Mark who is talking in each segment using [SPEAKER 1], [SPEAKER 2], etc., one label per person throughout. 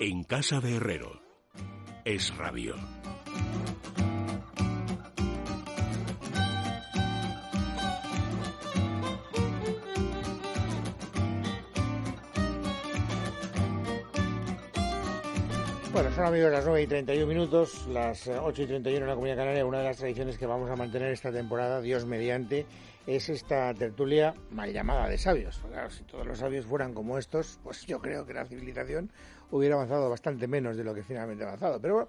[SPEAKER 1] En casa de Herrero. Es radio.
[SPEAKER 2] Bueno, son amigos las 9 y 31 minutos, las 8 y 31 en la Comunidad Canaria. Una de las tradiciones que vamos a mantener esta temporada, Dios mediante, es esta tertulia mal llamada de sabios. Claro, si todos los sabios fueran como estos, pues yo creo que la civilización hubiera avanzado bastante menos de lo que finalmente ha avanzado. Pero bueno,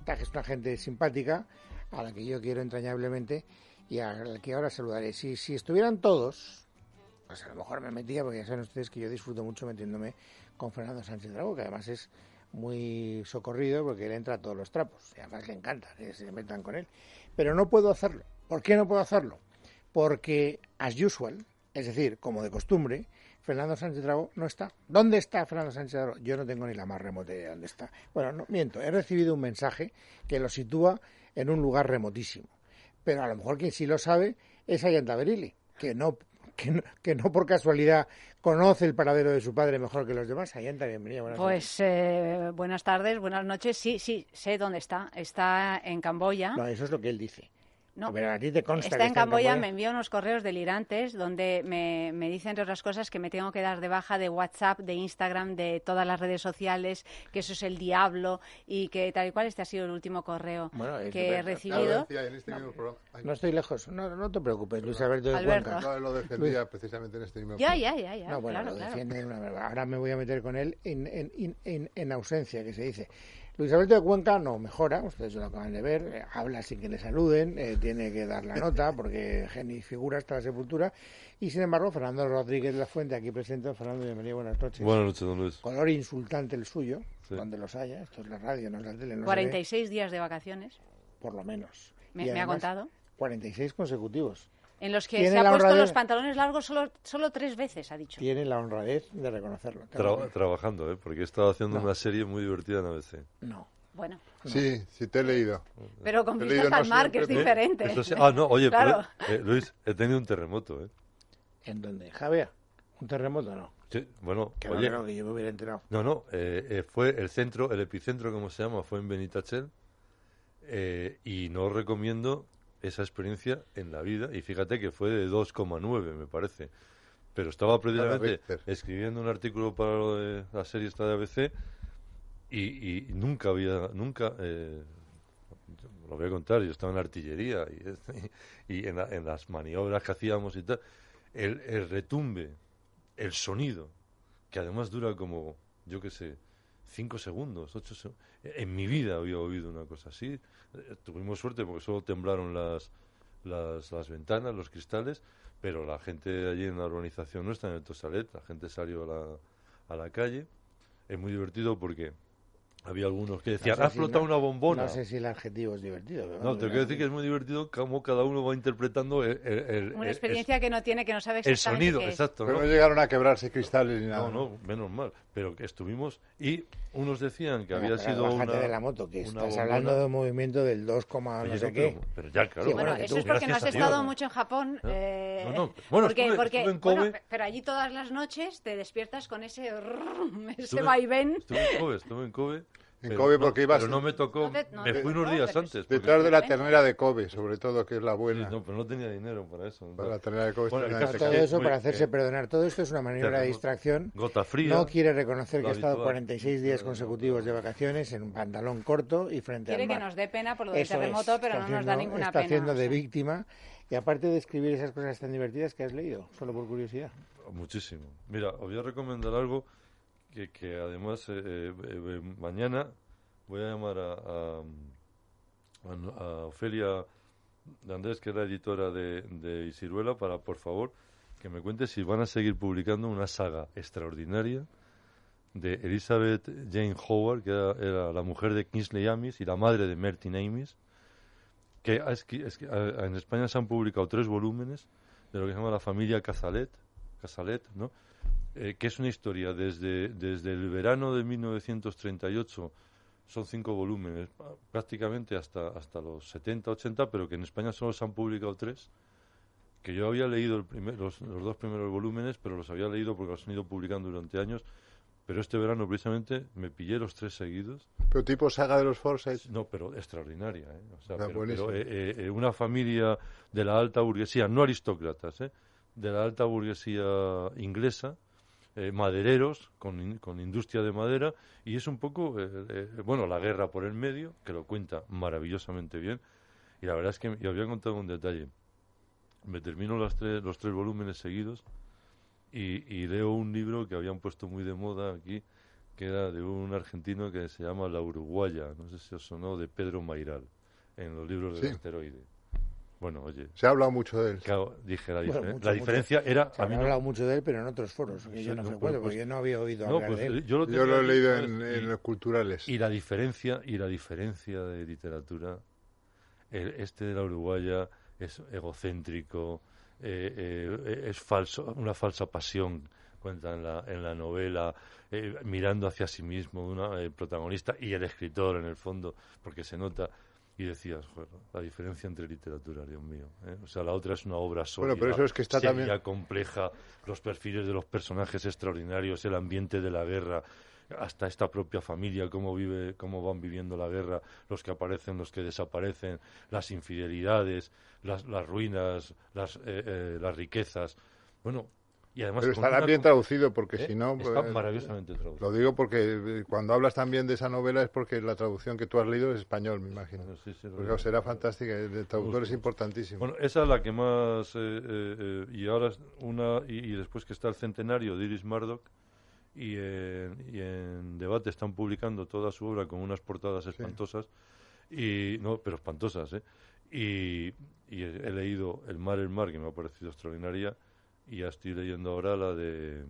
[SPEAKER 2] esta es una gente simpática a la que yo quiero entrañablemente y a la que ahora saludaré. Si, si estuvieran todos, pues a lo mejor me metía, porque ya saben ustedes que yo disfruto mucho metiéndome con Fernando Sánchez Drago, que además es muy socorrido porque él entra a todos los trapos. Y además le encanta que se metan con él. Pero no puedo hacerlo. ¿Por qué no puedo hacerlo? Porque, as usual, es decir, como de costumbre, Fernando Sánchez Drago no está. ¿Dónde está Fernando Sánchez Drago? Yo no tengo ni la más remota idea de dónde está. Bueno, no, miento, he recibido un mensaje que lo sitúa en un lugar remotísimo. Pero a lo mejor quien sí lo sabe es Ayanta Berili, que no, que no, que no por casualidad conoce el paradero de su padre mejor que los demás. Ayanta, bienvenida. Buenas noches.
[SPEAKER 3] Pues eh, buenas tardes, buenas noches. Sí, sí, sé dónde está. Está en Camboya.
[SPEAKER 2] No, eso es lo que él dice.
[SPEAKER 3] No,
[SPEAKER 2] Pero a ti te consta
[SPEAKER 3] Está
[SPEAKER 2] que
[SPEAKER 3] en Camboya, me envió unos correos delirantes donde me, me dice, entre otras cosas, que me tengo que dar de baja de WhatsApp, de Instagram, de todas las redes sociales, que eso es el diablo y que tal y cual este ha sido el último correo
[SPEAKER 2] Bueno, es verdad.
[SPEAKER 3] que he
[SPEAKER 4] Ya lo
[SPEAKER 3] recibido.
[SPEAKER 4] decía en este mismo programa. Ay,
[SPEAKER 2] No estoy lejos. No, no te preocupes, Luis Alberto de
[SPEAKER 3] Alberto.
[SPEAKER 2] Cuenca.
[SPEAKER 4] no, lo defendía precisamente en este mismo
[SPEAKER 3] Ya,
[SPEAKER 4] programa.
[SPEAKER 3] ya, ya, ya.
[SPEAKER 2] No, bueno,
[SPEAKER 3] claro,
[SPEAKER 2] lo
[SPEAKER 3] claro.
[SPEAKER 2] defiende una barbaridad. Ahora me voy a meter con él en, en- en- en- en ausencia, que se dice. Luis Alberto de Cuenca no mejora, ustedes lo acaban de ver, eh, habla sin que le saluden, eh, tiene que dar la nota porque Geni figura hasta la sepultura. Y sin embargo, Fernando Rodríguez de la Fuente, aquí presente, Fernando, bienvenido, buenas noches.
[SPEAKER 5] Buenas noches, don Luis.
[SPEAKER 2] Color insultante el suyo,
[SPEAKER 5] Sí.
[SPEAKER 2] donde los haya, esto es la radio, no es la tele, no se ve,
[SPEAKER 3] 46 días de vacaciones,
[SPEAKER 2] por lo menos.
[SPEAKER 3] me,
[SPEAKER 2] Y
[SPEAKER 3] me ha
[SPEAKER 2] además,
[SPEAKER 3] contado.
[SPEAKER 2] 46 consecutivos.
[SPEAKER 3] En los que
[SPEAKER 2] tiene
[SPEAKER 3] se ha
[SPEAKER 2] la
[SPEAKER 3] puesto
[SPEAKER 2] honradez-
[SPEAKER 3] los pantalones largos solo, solo tres veces, ha dicho.
[SPEAKER 2] Tiene la honradez de reconocerlo.
[SPEAKER 5] Tra- trabajando, ¿eh? Porque he estado haciendo
[SPEAKER 2] No.
[SPEAKER 5] una serie muy divertida en ABC.
[SPEAKER 2] No.
[SPEAKER 3] Bueno,
[SPEAKER 4] Sí, sí, te he leído.
[SPEAKER 3] pero con
[SPEAKER 4] Te he leído
[SPEAKER 3] Víctor
[SPEAKER 4] no
[SPEAKER 3] Palmar, que
[SPEAKER 4] siempre,
[SPEAKER 3] es
[SPEAKER 4] pero-
[SPEAKER 3] diferente.
[SPEAKER 5] Eso sí- Ah, no, oye,
[SPEAKER 3] Claro.
[SPEAKER 5] pero, eh, Luis, he tenido un terremoto, ¿eh?
[SPEAKER 2] ¿En dónde? Javier, un terremoto no.
[SPEAKER 5] Sí, bueno,
[SPEAKER 2] Que
[SPEAKER 5] oye.
[SPEAKER 2] no creo que yo me hubiera enterado.
[SPEAKER 5] No, no, eh, eh, fue el centro, el epicentro, como se llama, fue en Benitachel. eh, y no recomiendo esa experiencia en la vida. Y fíjate que fue de 2,9, me parece. Pero estaba precisamente
[SPEAKER 4] Richter.
[SPEAKER 5] escribiendo un artículo para lo de la serie esta de ABC y, y nunca había, nunca, eh, lo voy a contar, yo estaba en artillería y, es- y en, la- en las maniobras que hacíamos y tal, el, el retumbe, el sonido, que además dura como, yo qué sé, cinco segundos, ocho se- En mi vida había oído una cosa así. Eh, Tuvimos suerte porque solo temblaron las, las, las ventanas, los cristales, pero la gente allí en la urbanización nuestra, en el Tosalet, la gente salió a la, a la calle. Es muy divertido porque había algunos que decían,
[SPEAKER 2] sé
[SPEAKER 5] ha
[SPEAKER 2] si
[SPEAKER 5] flotado
[SPEAKER 2] la-
[SPEAKER 5] una bombona.
[SPEAKER 2] No sé si el adjetivo es divertido. pero
[SPEAKER 5] Oh, No,
[SPEAKER 2] bueno,
[SPEAKER 5] te quiero decir que es muy divertido cómo cada uno va interpretando el, el- el-
[SPEAKER 3] Una
[SPEAKER 5] el-
[SPEAKER 3] experiencia que no tiene, que no sabe
[SPEAKER 5] eh, el
[SPEAKER 3] exactamente
[SPEAKER 5] sonido,
[SPEAKER 3] qué es.
[SPEAKER 5] exacto.
[SPEAKER 4] Pero
[SPEAKER 5] ¿no?
[SPEAKER 4] no llegaron a quebrarse cristales ni nada.
[SPEAKER 5] No, no, menos mal. Pero que estuvimos y unos decían que
[SPEAKER 2] Venga,
[SPEAKER 5] había
[SPEAKER 2] pero
[SPEAKER 5] sido
[SPEAKER 2] bájate
[SPEAKER 5] una
[SPEAKER 2] de la moto, que
[SPEAKER 5] una
[SPEAKER 2] estás
[SPEAKER 5] bombona.
[SPEAKER 2] hablando de un movimiento del 2,
[SPEAKER 5] Oye,
[SPEAKER 2] no
[SPEAKER 5] no,
[SPEAKER 2] sé
[SPEAKER 5] pero,
[SPEAKER 2] qué.
[SPEAKER 5] pero ya, claro.
[SPEAKER 2] Sí,
[SPEAKER 3] Bueno,
[SPEAKER 2] bueno, que
[SPEAKER 3] eso
[SPEAKER 2] tú,
[SPEAKER 3] es porque no has
[SPEAKER 5] gracias a Dios.
[SPEAKER 3] estado mucho en Japón.
[SPEAKER 5] No,
[SPEAKER 3] eh,
[SPEAKER 5] no, no. Bueno,
[SPEAKER 3] porque,
[SPEAKER 5] estuve-
[SPEAKER 3] porque-
[SPEAKER 5] estuve en
[SPEAKER 3] bueno,
[SPEAKER 5] Kobe.
[SPEAKER 3] pe- pero allí todas las noches te despiertas con ese, rrrrum, ese
[SPEAKER 5] Estuve-
[SPEAKER 3] vaivén.
[SPEAKER 5] Estuve en Kobe, estuve en Kobe. pero
[SPEAKER 4] Kobe
[SPEAKER 5] no-
[SPEAKER 4] porque ibas-
[SPEAKER 5] Pero no me tocó,
[SPEAKER 3] No te- no
[SPEAKER 5] me
[SPEAKER 3] te
[SPEAKER 5] fui unos
[SPEAKER 3] tocó,
[SPEAKER 5] días
[SPEAKER 3] pero
[SPEAKER 5] antes. porque-
[SPEAKER 4] Detrás de la
[SPEAKER 3] Bueno.
[SPEAKER 4] ternera de Kobe, sobre todo, que es la
[SPEAKER 5] Sí,
[SPEAKER 4] buena.
[SPEAKER 5] no, pero no tenía dinero para eso.
[SPEAKER 4] Para la ternera de Kobe.
[SPEAKER 5] Bueno, el
[SPEAKER 4] ternera
[SPEAKER 5] caso
[SPEAKER 2] Todo
[SPEAKER 4] de
[SPEAKER 5] es que-
[SPEAKER 4] Kobe.
[SPEAKER 2] eso
[SPEAKER 5] muy-
[SPEAKER 2] para hacerse
[SPEAKER 5] eh,
[SPEAKER 2] perdonar. Todo esto es una maniobra de
[SPEAKER 5] Terremoto.
[SPEAKER 2] distracción.
[SPEAKER 5] Gota fría.
[SPEAKER 2] No quiere reconocer que
[SPEAKER 5] Lo
[SPEAKER 2] ha estado
[SPEAKER 5] habitual.
[SPEAKER 2] 46 días consecutivos de vacaciones en un pantalón corto y frente
[SPEAKER 3] Quiere
[SPEAKER 2] al
[SPEAKER 3] que
[SPEAKER 2] mar.
[SPEAKER 3] nos dé pena por lo del
[SPEAKER 2] Eso es,
[SPEAKER 3] terremoto, pero no
[SPEAKER 2] está
[SPEAKER 3] nos da
[SPEAKER 2] haciendo-
[SPEAKER 3] ninguna
[SPEAKER 2] Está
[SPEAKER 3] pena.
[SPEAKER 2] haciendo
[SPEAKER 3] o
[SPEAKER 2] de
[SPEAKER 3] sea.
[SPEAKER 2] víctima. Y aparte de escribir esas cosas tan divertidas que has leído, solo por curiosidad.
[SPEAKER 5] Muchísimo. Mira, os voy a recomendar algo que, que además eh, eh, eh, mañana voy a llamar a, a, a- a Ofelia de Andrés, que es la editora de, de Isiruela, para, por favor, que me cuente si van a seguir publicando una saga extraordinaria de Elizabeth Jane Howard, que era, era la mujer de Kingsley Amis y la madre de Mertin Amis, que ha esqui- es que, a- a- en España se han publicado tres volúmenes de lo que se llama la familia Cazalet, Cazalet ¿no? Eh, que es una historia desde, desde el verano de 1938, son cinco volúmenes, pa- prácticamente hasta, hasta los 70, 80, pero que en España solo se han publicado tres, que yo había leído el primer- los, los dos primeros volúmenes, pero los había leído porque los han ido publicando durante años, Pero este verano, precisamente, me pillé los tres seguidos.
[SPEAKER 4] Pero tipo saga de los Forsyth.
[SPEAKER 5] No, pero extraordinaria. ¿eh? O sea,
[SPEAKER 4] Ah,
[SPEAKER 5] pero-
[SPEAKER 4] buenísimo.
[SPEAKER 5] pero, eh, eh, eh, una familia de la alta burguesía, no aristócratas, ¿eh? de la alta burguesía inglesa, eh, madereros con, in- con industria de madera, y es un poco, eh, eh, bueno, la guerra por el medio, que lo cuenta maravillosamente bien. Y la verdad es que, y había contado un detalle, me termino las tres, los tres volúmenes seguidos y, y leo un libro que habían puesto muy de moda aquí, que era de un argentino que se llama La Uruguaya, no sé si os sonó, de Pedro Mairal, en los libros del
[SPEAKER 4] Sí.
[SPEAKER 5] asteroide. Bueno, oye,
[SPEAKER 4] Se ha hablado mucho de él.
[SPEAKER 5] claro, dije, la,
[SPEAKER 2] Bueno,
[SPEAKER 5] difer-
[SPEAKER 2] mucho,
[SPEAKER 5] la
[SPEAKER 2] mucho.
[SPEAKER 5] diferencia era...
[SPEAKER 2] Se
[SPEAKER 5] a mí
[SPEAKER 2] ha
[SPEAKER 5] no-
[SPEAKER 2] hablado mucho de él, pero en otros foros, que
[SPEAKER 5] Sí,
[SPEAKER 2] yo no
[SPEAKER 5] no,
[SPEAKER 2] recuerdo,
[SPEAKER 5] pues-
[SPEAKER 2] porque yo no había oído
[SPEAKER 5] no,
[SPEAKER 2] hablar
[SPEAKER 5] pues,
[SPEAKER 2] de él.
[SPEAKER 5] eh, yo lo,
[SPEAKER 4] Yo
[SPEAKER 5] tenía
[SPEAKER 4] lo he
[SPEAKER 5] aquí,
[SPEAKER 4] leído
[SPEAKER 5] ¿sabes?
[SPEAKER 4] en,
[SPEAKER 5] Y-
[SPEAKER 4] en los culturales.
[SPEAKER 5] Y la diferencia, y la diferencia de literatura, el- este de la uruguaya es egocéntrico, eh, eh, es falso, una falsa pasión, cuenta en la, en la novela, eh, mirando hacia sí mismo una, el protagonista y el escritor en el fondo, porque se nota. Y decías, "Joder, la diferencia entre literatura, Dios mío. ¿eh? O sea, la otra es una obra sólida,
[SPEAKER 4] pero eso es que está
[SPEAKER 5] seria,
[SPEAKER 4] también-
[SPEAKER 5] compleja, los perfiles de los personajes extraordinarios, el ambiente de la guerra, hasta esta propia familia, cómo vive, cómo van viviendo la guerra, los que aparecen, los que desaparecen, las infidelidades, las, las ruinas, las, eh, eh, las riquezas. Bueno, y además
[SPEAKER 4] Pero
[SPEAKER 5] con
[SPEAKER 4] estará
[SPEAKER 5] una
[SPEAKER 4] bien
[SPEAKER 5] com-
[SPEAKER 4] traducido porque
[SPEAKER 5] ¿eh?
[SPEAKER 4] si no...
[SPEAKER 5] está
[SPEAKER 4] eh,
[SPEAKER 5] maravillosamente traducido.
[SPEAKER 4] Lo digo porque eh, cuando hablas también de esa novela es porque la traducción que tú has leído es español, me imagino.
[SPEAKER 5] Sí, sí,
[SPEAKER 4] Porque
[SPEAKER 5] lo digo.
[SPEAKER 4] claro, pues será fantástica, eh, el el traductor es importantísimo.
[SPEAKER 5] Bueno, esa es la que más. eh, eh, eh, y ahora es una. Y, y después que está el centenario de Iris Murdoch. Y en, y en Debate están publicando toda su obra con unas portadas espantosas. Y, no, pero espantosas, ¿eh? Y, y he he leído El mar, el mar, que me ha parecido extraordinaria. Y ya estoy leyendo ahora la de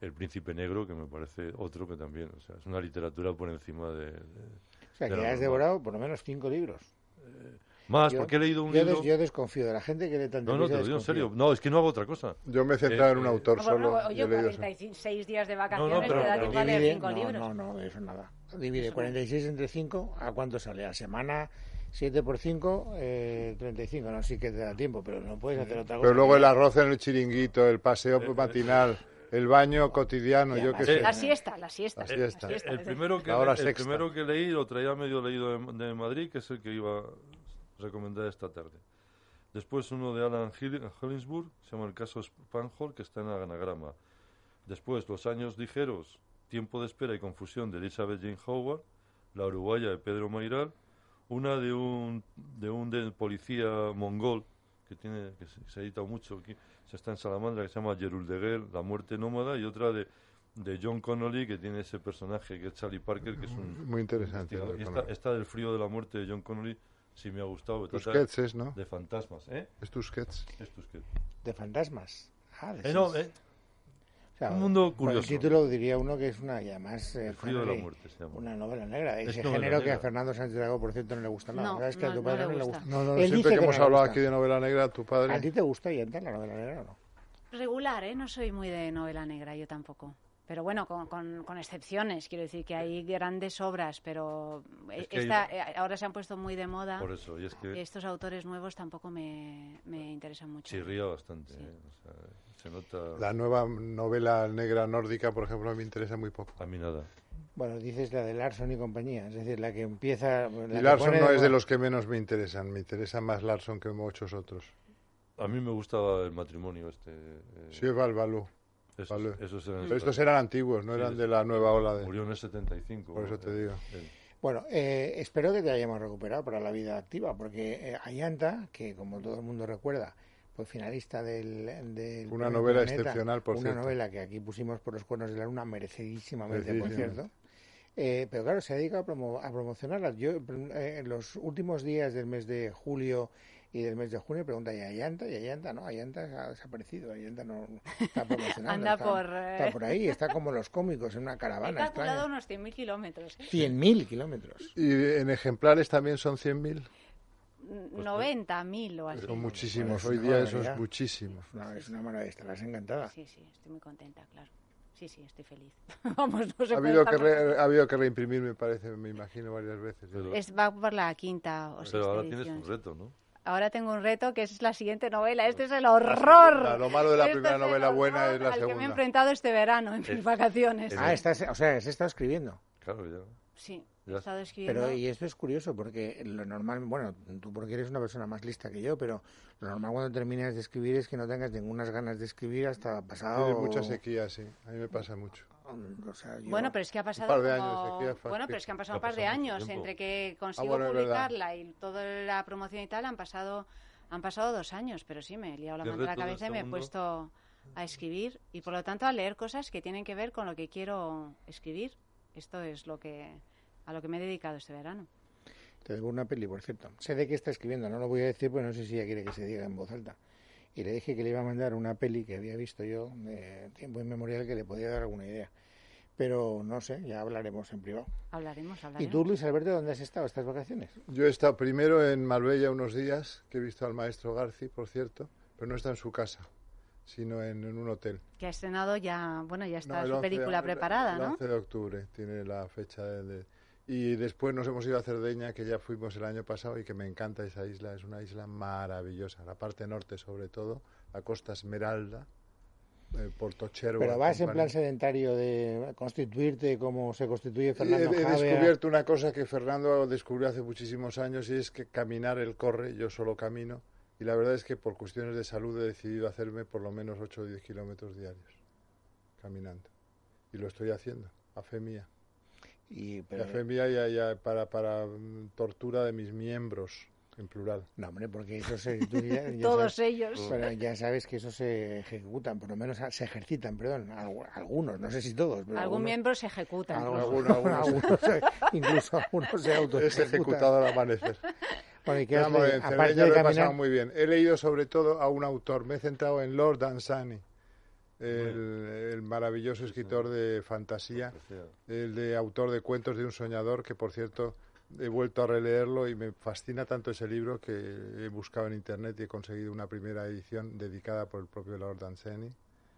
[SPEAKER 5] El príncipe negro, que me parece otro que también. O sea, es una literatura por encima de. de-
[SPEAKER 2] O sea, que
[SPEAKER 5] Pero
[SPEAKER 2] ya has
[SPEAKER 5] no.
[SPEAKER 2] devorado por lo menos cinco libros.
[SPEAKER 5] Más,
[SPEAKER 2] Yo-
[SPEAKER 5] porque he leído un
[SPEAKER 2] yo, des-
[SPEAKER 5] libro.
[SPEAKER 2] yo desconfío de la gente que le tanto
[SPEAKER 5] no, no, te lo digo en serio. No, es que no hago otra cosa.
[SPEAKER 4] Yo me he centrado
[SPEAKER 5] Eh,
[SPEAKER 4] en un
[SPEAKER 5] eh,
[SPEAKER 4] autor
[SPEAKER 3] Bueno,
[SPEAKER 4] solo.
[SPEAKER 3] oye,
[SPEAKER 4] yo he leído eso.
[SPEAKER 3] 46 días de vacaciones
[SPEAKER 5] No, no, pero-
[SPEAKER 3] te da
[SPEAKER 5] pero
[SPEAKER 3] tiempo a leer
[SPEAKER 2] Divide-
[SPEAKER 3] cinco
[SPEAKER 2] no,
[SPEAKER 3] libros.
[SPEAKER 2] No, no, eso nada. Divide 46 entre 5, ¿a cuánto sale? ¿A semana? 7 por 5, eh, 35. No, sí que te da tiempo, pero no puedes hacer otra cosa.
[SPEAKER 4] Pero luego el arroz en el chiringuito, el paseo
[SPEAKER 5] Eh,
[SPEAKER 4] matinal, el baño cotidiano, yo qué
[SPEAKER 2] la-
[SPEAKER 4] sé.
[SPEAKER 3] La siesta, la siesta.
[SPEAKER 4] La siesta.
[SPEAKER 5] El
[SPEAKER 3] es
[SPEAKER 5] primero que,
[SPEAKER 4] La hora
[SPEAKER 5] el
[SPEAKER 4] sexta.
[SPEAKER 5] primero que leí lo traía medio leído de, de Madrid, que es el que iba a recomendar esta tarde. Después uno de Alan Hill- Hollingsburg, se llama El caso Spanhol, que está en anagrama. Después Los años ligeros, Tiempo de espera y confusión de Elizabeth Jane Howard, La uruguaya de Pedro Mairal, una de un, de un de policía mongol que tiene que se, se ha editado mucho aquí, se está en Salamandra que se llama Gerul de Guerre, La muerte nómada y otra de, de John Connolly que tiene ese personaje que es Charlie Parker que es un
[SPEAKER 4] Muy interesante.
[SPEAKER 5] investigador.
[SPEAKER 4] lo
[SPEAKER 5] y esta,
[SPEAKER 4] conozco.
[SPEAKER 5] esta del frío de la muerte de John Connolly sí me ha gustado que trata
[SPEAKER 4] Tusquets es, ¿no?
[SPEAKER 5] de fantasmas, ¿eh?
[SPEAKER 4] Es Tusquets.
[SPEAKER 5] Es Tusquets.
[SPEAKER 2] De fantasmas. Ah, de
[SPEAKER 5] Eh, no,
[SPEAKER 2] seis.
[SPEAKER 5] eh,
[SPEAKER 2] O sea,
[SPEAKER 5] un mundo
[SPEAKER 2] por
[SPEAKER 5] curioso.
[SPEAKER 2] el título diría uno que es una, y además, eh,
[SPEAKER 5] El frío de la
[SPEAKER 2] Connery,
[SPEAKER 5] muerte se llama.
[SPEAKER 2] una novela negra.
[SPEAKER 5] Es
[SPEAKER 2] Ese
[SPEAKER 5] novela
[SPEAKER 2] género que a
[SPEAKER 5] negra.
[SPEAKER 2] Fernando Sánchez Dragó, por cierto, no le gusta nada.
[SPEAKER 3] No,
[SPEAKER 2] ¿Sabes que a
[SPEAKER 3] no,
[SPEAKER 2] tu
[SPEAKER 3] no
[SPEAKER 2] padre
[SPEAKER 3] le
[SPEAKER 2] no le
[SPEAKER 3] gusta.
[SPEAKER 2] gusta?
[SPEAKER 4] No, no,
[SPEAKER 2] Él dice
[SPEAKER 4] siempre que
[SPEAKER 2] no
[SPEAKER 4] hemos
[SPEAKER 2] le
[SPEAKER 4] hablado
[SPEAKER 2] gusta.
[SPEAKER 4] aquí de novela negra, tu
[SPEAKER 2] ¿A
[SPEAKER 4] padre.
[SPEAKER 2] ti te gusta y entra la novela negra o no?
[SPEAKER 3] Regular, ¿eh? No soy muy de novela negra, yo tampoco. Pero bueno, con, con- con excepciones. Quiero decir que hay grandes obras, pero eh,
[SPEAKER 5] Es que
[SPEAKER 3] esta-
[SPEAKER 5] hay-
[SPEAKER 3] eh, ahora se han puesto muy de moda.
[SPEAKER 5] Por eso, y es que
[SPEAKER 3] Estos autores nuevos tampoco me, me interesan mucho.
[SPEAKER 5] chirría bastante, ¿eh? O sea, se nota
[SPEAKER 4] La nueva novela negra nórdica, por ejemplo, me interesa muy poco.
[SPEAKER 5] a mí nada.
[SPEAKER 2] Bueno, dices la de Larson y compañía, es decir, la que empieza... la
[SPEAKER 4] Y
[SPEAKER 2] que
[SPEAKER 4] Larson
[SPEAKER 2] pone
[SPEAKER 4] no es de
[SPEAKER 2] moda.
[SPEAKER 4] los que menos me interesan. Me interesa más Larson que muchos otros.
[SPEAKER 5] A mí me gustaba el matrimonio este. eh,
[SPEAKER 4] Sí, es Balbalú.
[SPEAKER 5] esos,
[SPEAKER 4] vale.
[SPEAKER 5] esos eran
[SPEAKER 4] Pero
[SPEAKER 5] los-
[SPEAKER 4] estos eran antiguos, no
[SPEAKER 5] Sí,
[SPEAKER 4] eran
[SPEAKER 5] sí.
[SPEAKER 4] de la nueva ola de...
[SPEAKER 5] Murió en el 75.
[SPEAKER 4] Por eso te
[SPEAKER 5] eh,
[SPEAKER 4] digo.
[SPEAKER 5] él.
[SPEAKER 2] Bueno, eh, espero que te hayamos recuperado para la vida activa, porque eh, Ayanta, que como todo el mundo recuerda, fue finalista del... del
[SPEAKER 4] Una
[SPEAKER 2] Premio
[SPEAKER 4] novela excepcional, por
[SPEAKER 2] una
[SPEAKER 4] cierto.
[SPEAKER 2] novela que aquí pusimos por los cuernos de la luna merecidísimamente, por
[SPEAKER 4] Merecidísimamente.
[SPEAKER 2] cierto. Eh, pero claro, se ha dedicado a, promo- a promocionarla. Yo eh, en los últimos días del mes de julio y del mes de junio pregunta, ¿y Ayanta? ¿Y Ayanta? No, Ayanta se ha desaparecido, Ayanta no está promocionando.
[SPEAKER 3] Anda
[SPEAKER 2] está,
[SPEAKER 3] por, eh.
[SPEAKER 2] está por ahí, está como los cómicos en una
[SPEAKER 3] He
[SPEAKER 2] caravana
[SPEAKER 3] calculado
[SPEAKER 2] extraña.
[SPEAKER 3] unos 100.000 kilómetros. ¿eh?
[SPEAKER 2] 100.000 kilómetros.
[SPEAKER 4] ¿Y en ejemplares también son 100.000?
[SPEAKER 5] pues-
[SPEAKER 3] 90.000 o así.
[SPEAKER 4] Son
[SPEAKER 2] bueno,
[SPEAKER 4] muchísimos.
[SPEAKER 2] es
[SPEAKER 4] Hoy
[SPEAKER 2] una
[SPEAKER 4] día eso
[SPEAKER 2] barbaridad.
[SPEAKER 4] es muchísimo.
[SPEAKER 2] No, es una maravilla, estarás encantada.
[SPEAKER 3] Sí, sí, estoy muy contenta, claro. Sí, sí, estoy feliz. Vamos, no se
[SPEAKER 4] Ha
[SPEAKER 3] puede
[SPEAKER 4] habido,
[SPEAKER 3] estar
[SPEAKER 4] que
[SPEAKER 3] más
[SPEAKER 4] re- ha habido que reimprimir, me parece, me imagino, varias veces.
[SPEAKER 5] Pero-
[SPEAKER 3] Es va por la quinta o
[SPEAKER 5] Pero
[SPEAKER 3] sexta
[SPEAKER 5] ahora tienes
[SPEAKER 3] edición.
[SPEAKER 5] un reto, ¿no?
[SPEAKER 3] Ahora tengo un reto que es la siguiente novela. Este es el horror.
[SPEAKER 4] Lo malo de la
[SPEAKER 3] Este
[SPEAKER 4] primera
[SPEAKER 3] es el
[SPEAKER 4] novela buena
[SPEAKER 3] horror
[SPEAKER 4] es la
[SPEAKER 3] al que me he
[SPEAKER 4] segunda.
[SPEAKER 3] enfrentado este verano en mis
[SPEAKER 5] Es-
[SPEAKER 3] vacaciones.
[SPEAKER 5] es-
[SPEAKER 2] Ah, estás, o sea, se está escribiendo.
[SPEAKER 5] Claro, ya.
[SPEAKER 3] Sí,
[SPEAKER 5] Ya.
[SPEAKER 3] he estado escribiendo.
[SPEAKER 2] Pero y esto es curioso porque lo normal, bueno, tú porque eres una persona más lista que yo, pero lo normal cuando terminas de escribir es que no tengas ninguna ganas de escribir hasta pasado.
[SPEAKER 4] Tiene mucha sequía, sí. A mí me pasa mucho.
[SPEAKER 2] o sea, yo-
[SPEAKER 3] Bueno, pero es que ha pasado
[SPEAKER 4] par de
[SPEAKER 3] como-
[SPEAKER 4] años, aquí ha fa-
[SPEAKER 3] bueno, pero es que han pasado un
[SPEAKER 5] ha
[SPEAKER 3] par de
[SPEAKER 5] pasado mucho
[SPEAKER 3] años
[SPEAKER 5] tiempo.
[SPEAKER 3] entre que consigo
[SPEAKER 4] Ah, bueno, es verdad.
[SPEAKER 3] publicarla y toda la promoción y tal han pasado han pasado dos años, pero sí me he liado la
[SPEAKER 5] ¿Qué
[SPEAKER 3] mano de la
[SPEAKER 5] reto de
[SPEAKER 3] cabeza y me he
[SPEAKER 5] segundo?
[SPEAKER 3] puesto a escribir y por lo tanto a leer cosas que tienen que ver con lo que quiero escribir. Esto es lo que a lo que me he dedicado este verano.
[SPEAKER 2] Te digo una peli, por cierto. Sé de qué está escribiendo, no lo voy a decir, porque no sé si ella quiere que se diga en voz alta. Y le dije que le iba a mandar una peli que había visto yo de tiempo inmemorial que le podía dar alguna idea. Pero no sé, ya hablaremos en privado.
[SPEAKER 3] Hablaremos,
[SPEAKER 2] ¿Y
[SPEAKER 3] hablaremos.
[SPEAKER 2] tú, Luis Alberto, dónde has estado estas vacaciones?
[SPEAKER 4] Yo he estado primero en Marbella unos días, que he visto al maestro Garci, por cierto, pero no está en su casa, sino en, en un hotel.
[SPEAKER 3] Que ha estrenado ya, bueno, ya
[SPEAKER 4] No,
[SPEAKER 3] está
[SPEAKER 4] el
[SPEAKER 3] su
[SPEAKER 4] 11 de-
[SPEAKER 3] película preparada,
[SPEAKER 4] el
[SPEAKER 3] ¿no?
[SPEAKER 4] 11 de octubre tiene la fecha de, de- Y después nos hemos ido a Cerdeña, que ya fuimos el año pasado y que me encanta esa isla. Es una isla maravillosa, la parte norte sobre todo, la costa Esmeralda, eh, Portochervo.
[SPEAKER 2] Pero vas en
[SPEAKER 4] Campana.
[SPEAKER 2] plan sedentario de constituirte como se constituye
[SPEAKER 4] He,
[SPEAKER 2] Fernando
[SPEAKER 4] he
[SPEAKER 2] Javea.
[SPEAKER 4] descubierto una cosa que Fernando descubrió hace muchísimos años y es que caminar él corre, yo solo camino. Y la verdad es que por cuestiones de salud he decidido hacerme por lo menos 8 o 10 kilómetros diarios caminando. Y lo estoy haciendo, a fe mía.
[SPEAKER 2] Y, pero-
[SPEAKER 4] La fe mía ya, ya para, para mm, tortura de mis miembros, en plural.
[SPEAKER 2] no, hombre, porque eso se... tú ya- ya
[SPEAKER 3] Todos
[SPEAKER 2] sabes-
[SPEAKER 3] ellos.
[SPEAKER 4] Pues,
[SPEAKER 2] pero ya sabes que eso se ejecutan, por lo menos ah, se ejercitan, perdón, algu- algunos, no sé si todos, pero
[SPEAKER 3] Algún
[SPEAKER 2] algunos,
[SPEAKER 3] miembro se ejecuta.
[SPEAKER 2] algunos,
[SPEAKER 3] incluso.
[SPEAKER 4] Algunos, algunos.
[SPEAKER 2] algunos se- incluso algunos se auto
[SPEAKER 4] Es ejecutado al amanecer.
[SPEAKER 2] Bueno, ¿y qué
[SPEAKER 4] Vamos,
[SPEAKER 2] haces?
[SPEAKER 4] en
[SPEAKER 2] aparte
[SPEAKER 4] Cerdeña
[SPEAKER 2] de
[SPEAKER 4] lo he pasado
[SPEAKER 2] caminar,
[SPEAKER 4] muy bien. He leído sobre todo a un autor. Me he centrado en Lord Danzani, el, el maravilloso escritor de fantasía,
[SPEAKER 5] Decía,
[SPEAKER 4] el de autor de Cuentos de un soñador, que por cierto he vuelto a releerlo y me fascina tanto ese libro que he buscado en internet y he conseguido una primera edición dedicada por el propio Lord Danzani,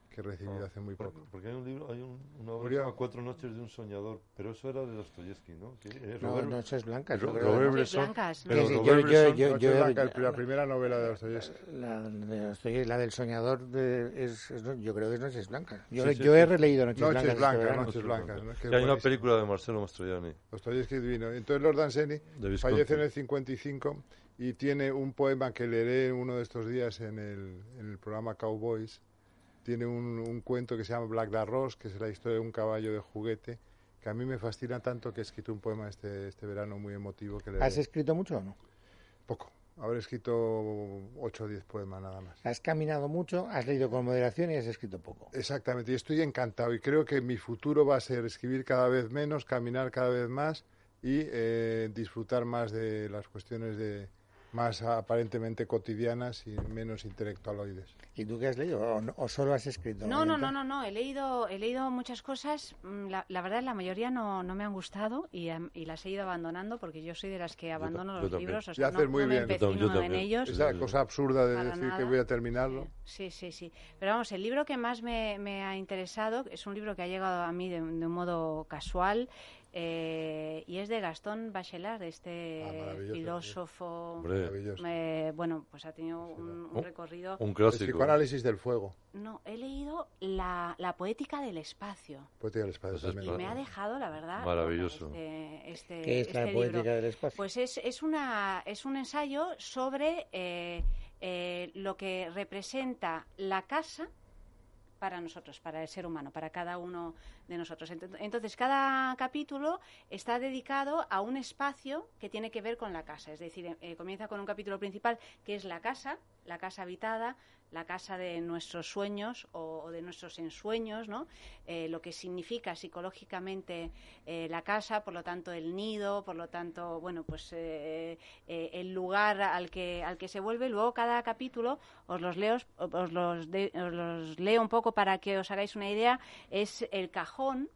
[SPEAKER 4] que he recibido
[SPEAKER 2] Oh,
[SPEAKER 5] no,
[SPEAKER 4] hace muy
[SPEAKER 5] Ah, por-
[SPEAKER 4] poco.
[SPEAKER 5] Porque hay un libro, hay un, una obra que
[SPEAKER 4] Murió.
[SPEAKER 5] se llama Cuatro noches de un soñador, pero eso era de Dostoyevsky, ¿no? Que, eh,
[SPEAKER 2] no,
[SPEAKER 5] Robert-
[SPEAKER 2] noches blancas, yo
[SPEAKER 5] Ro-
[SPEAKER 2] creo,
[SPEAKER 5] Robert
[SPEAKER 2] ¿no?
[SPEAKER 3] Noches
[SPEAKER 5] Bresson,
[SPEAKER 3] blancas, ¿no?
[SPEAKER 5] pero
[SPEAKER 2] Sí, sí,
[SPEAKER 5] Robert
[SPEAKER 2] yo-
[SPEAKER 5] Bresson-
[SPEAKER 2] yo-
[SPEAKER 4] Noche
[SPEAKER 2] yo-
[SPEAKER 4] Blanca, el- la primera novela de Dostoyevsky.
[SPEAKER 2] La, de- estoy- la del soñador de- es, es- yo creo que es Noches Blancas. Yo,
[SPEAKER 5] Sí, sí,
[SPEAKER 2] yo
[SPEAKER 5] sí.
[SPEAKER 2] he releído Noches,
[SPEAKER 4] Noches
[SPEAKER 2] Blancas. este
[SPEAKER 4] Blancas,
[SPEAKER 2] verano.
[SPEAKER 4] Noches Blancas, ¿no? Qué
[SPEAKER 5] Que hay una
[SPEAKER 4] buenísimo.
[SPEAKER 5] película de Marcelo Mastroianni.
[SPEAKER 4] Dostoyevsky es divino. Entonces Lord Danzani
[SPEAKER 5] Visconti.
[SPEAKER 4] fallece en el 55 y tiene un poema que leeré uno de estos días en el, en el programa Cowboys. Tiene un, un cuento que se llama Black Dark Rose, que es la historia de un caballo de juguete, que a mí me fascina tanto que he escrito un poema este, este verano muy emotivo que leeré.
[SPEAKER 2] ¿Has escrito mucho o no?
[SPEAKER 4] Poco. Habré escrito 8 o 10 poemas nada más.
[SPEAKER 2] Has caminado mucho, has leído con moderación y has escrito poco.
[SPEAKER 4] Exactamente, y estoy encantado y creo que mi futuro va a ser escribir cada vez menos, caminar cada vez más y eh, disfrutar más de las cuestiones de más aparentemente cotidianas y menos intelectualoides.
[SPEAKER 2] ¿Y tú qué has leído? ¿O, no- o solo has escrito?
[SPEAKER 3] No, no, no, no, no. He leído, he leído muchas cosas. Mm, La, la verdad, la mayoría no, no me han gustado y, am, y las he ido abandonando porque yo soy de las que abandono
[SPEAKER 5] yo
[SPEAKER 3] los
[SPEAKER 5] también.
[SPEAKER 3] libros. O
[SPEAKER 4] Y
[SPEAKER 3] sea,
[SPEAKER 4] haces
[SPEAKER 3] no,
[SPEAKER 4] muy
[SPEAKER 3] no
[SPEAKER 4] bien.
[SPEAKER 3] me
[SPEAKER 4] Yo
[SPEAKER 5] tam- yo
[SPEAKER 3] empecino en
[SPEAKER 5] también.
[SPEAKER 3] ellos.
[SPEAKER 5] Sí,
[SPEAKER 4] Esa
[SPEAKER 5] sí.
[SPEAKER 4] cosa absurda de
[SPEAKER 3] Para
[SPEAKER 4] decir
[SPEAKER 3] nada.
[SPEAKER 4] que voy a terminarlo.
[SPEAKER 3] Sí, sí, sí. Pero vamos, el libro que más me, me ha interesado es un libro que ha llegado a mí de, un de un modo casual eh, y es de Gastón Bachelard, este
[SPEAKER 4] Ah, maravilloso,
[SPEAKER 3] filósofo.
[SPEAKER 5] Hombre,
[SPEAKER 4] Maravilloso.
[SPEAKER 3] Eh, bueno, pues ha tenido un, un
[SPEAKER 5] Un-
[SPEAKER 3] recorrido.
[SPEAKER 5] un
[SPEAKER 4] El
[SPEAKER 5] clásico.
[SPEAKER 4] psicoanálisis del fuego.
[SPEAKER 3] No, he leído la, la poética del espacio.
[SPEAKER 4] Pues tiene el espacio
[SPEAKER 5] Pues es
[SPEAKER 4] también.
[SPEAKER 3] Y
[SPEAKER 5] Claro.
[SPEAKER 3] me ha dejado, la verdad.
[SPEAKER 5] Maravilloso.
[SPEAKER 3] loca Este, este,
[SPEAKER 2] ¿Qué es la
[SPEAKER 3] este
[SPEAKER 2] poética
[SPEAKER 3] libro.
[SPEAKER 2] del espacio?
[SPEAKER 3] Pues es, es, una, es un ensayo sobre eh, eh, lo que representa la casa para nosotros, para el ser humano, para cada uno de nosotros. Ent- Entonces, cada capítulo está dedicado a un espacio que tiene que ver con la casa. Es decir, eh, comienza con un capítulo principal que es la casa, la casa habitada, la casa de nuestros sueños o, o de nuestros ensueños, ¿no? Eh, lo que significa psicológicamente eh, la casa, por lo tanto el nido, por lo tanto, bueno, pues eh, eh, el lugar al que al que se vuelve. Luego cada capítulo os los leo, os los, de- os los leo un poco para que os hagáis una idea. Es el cajón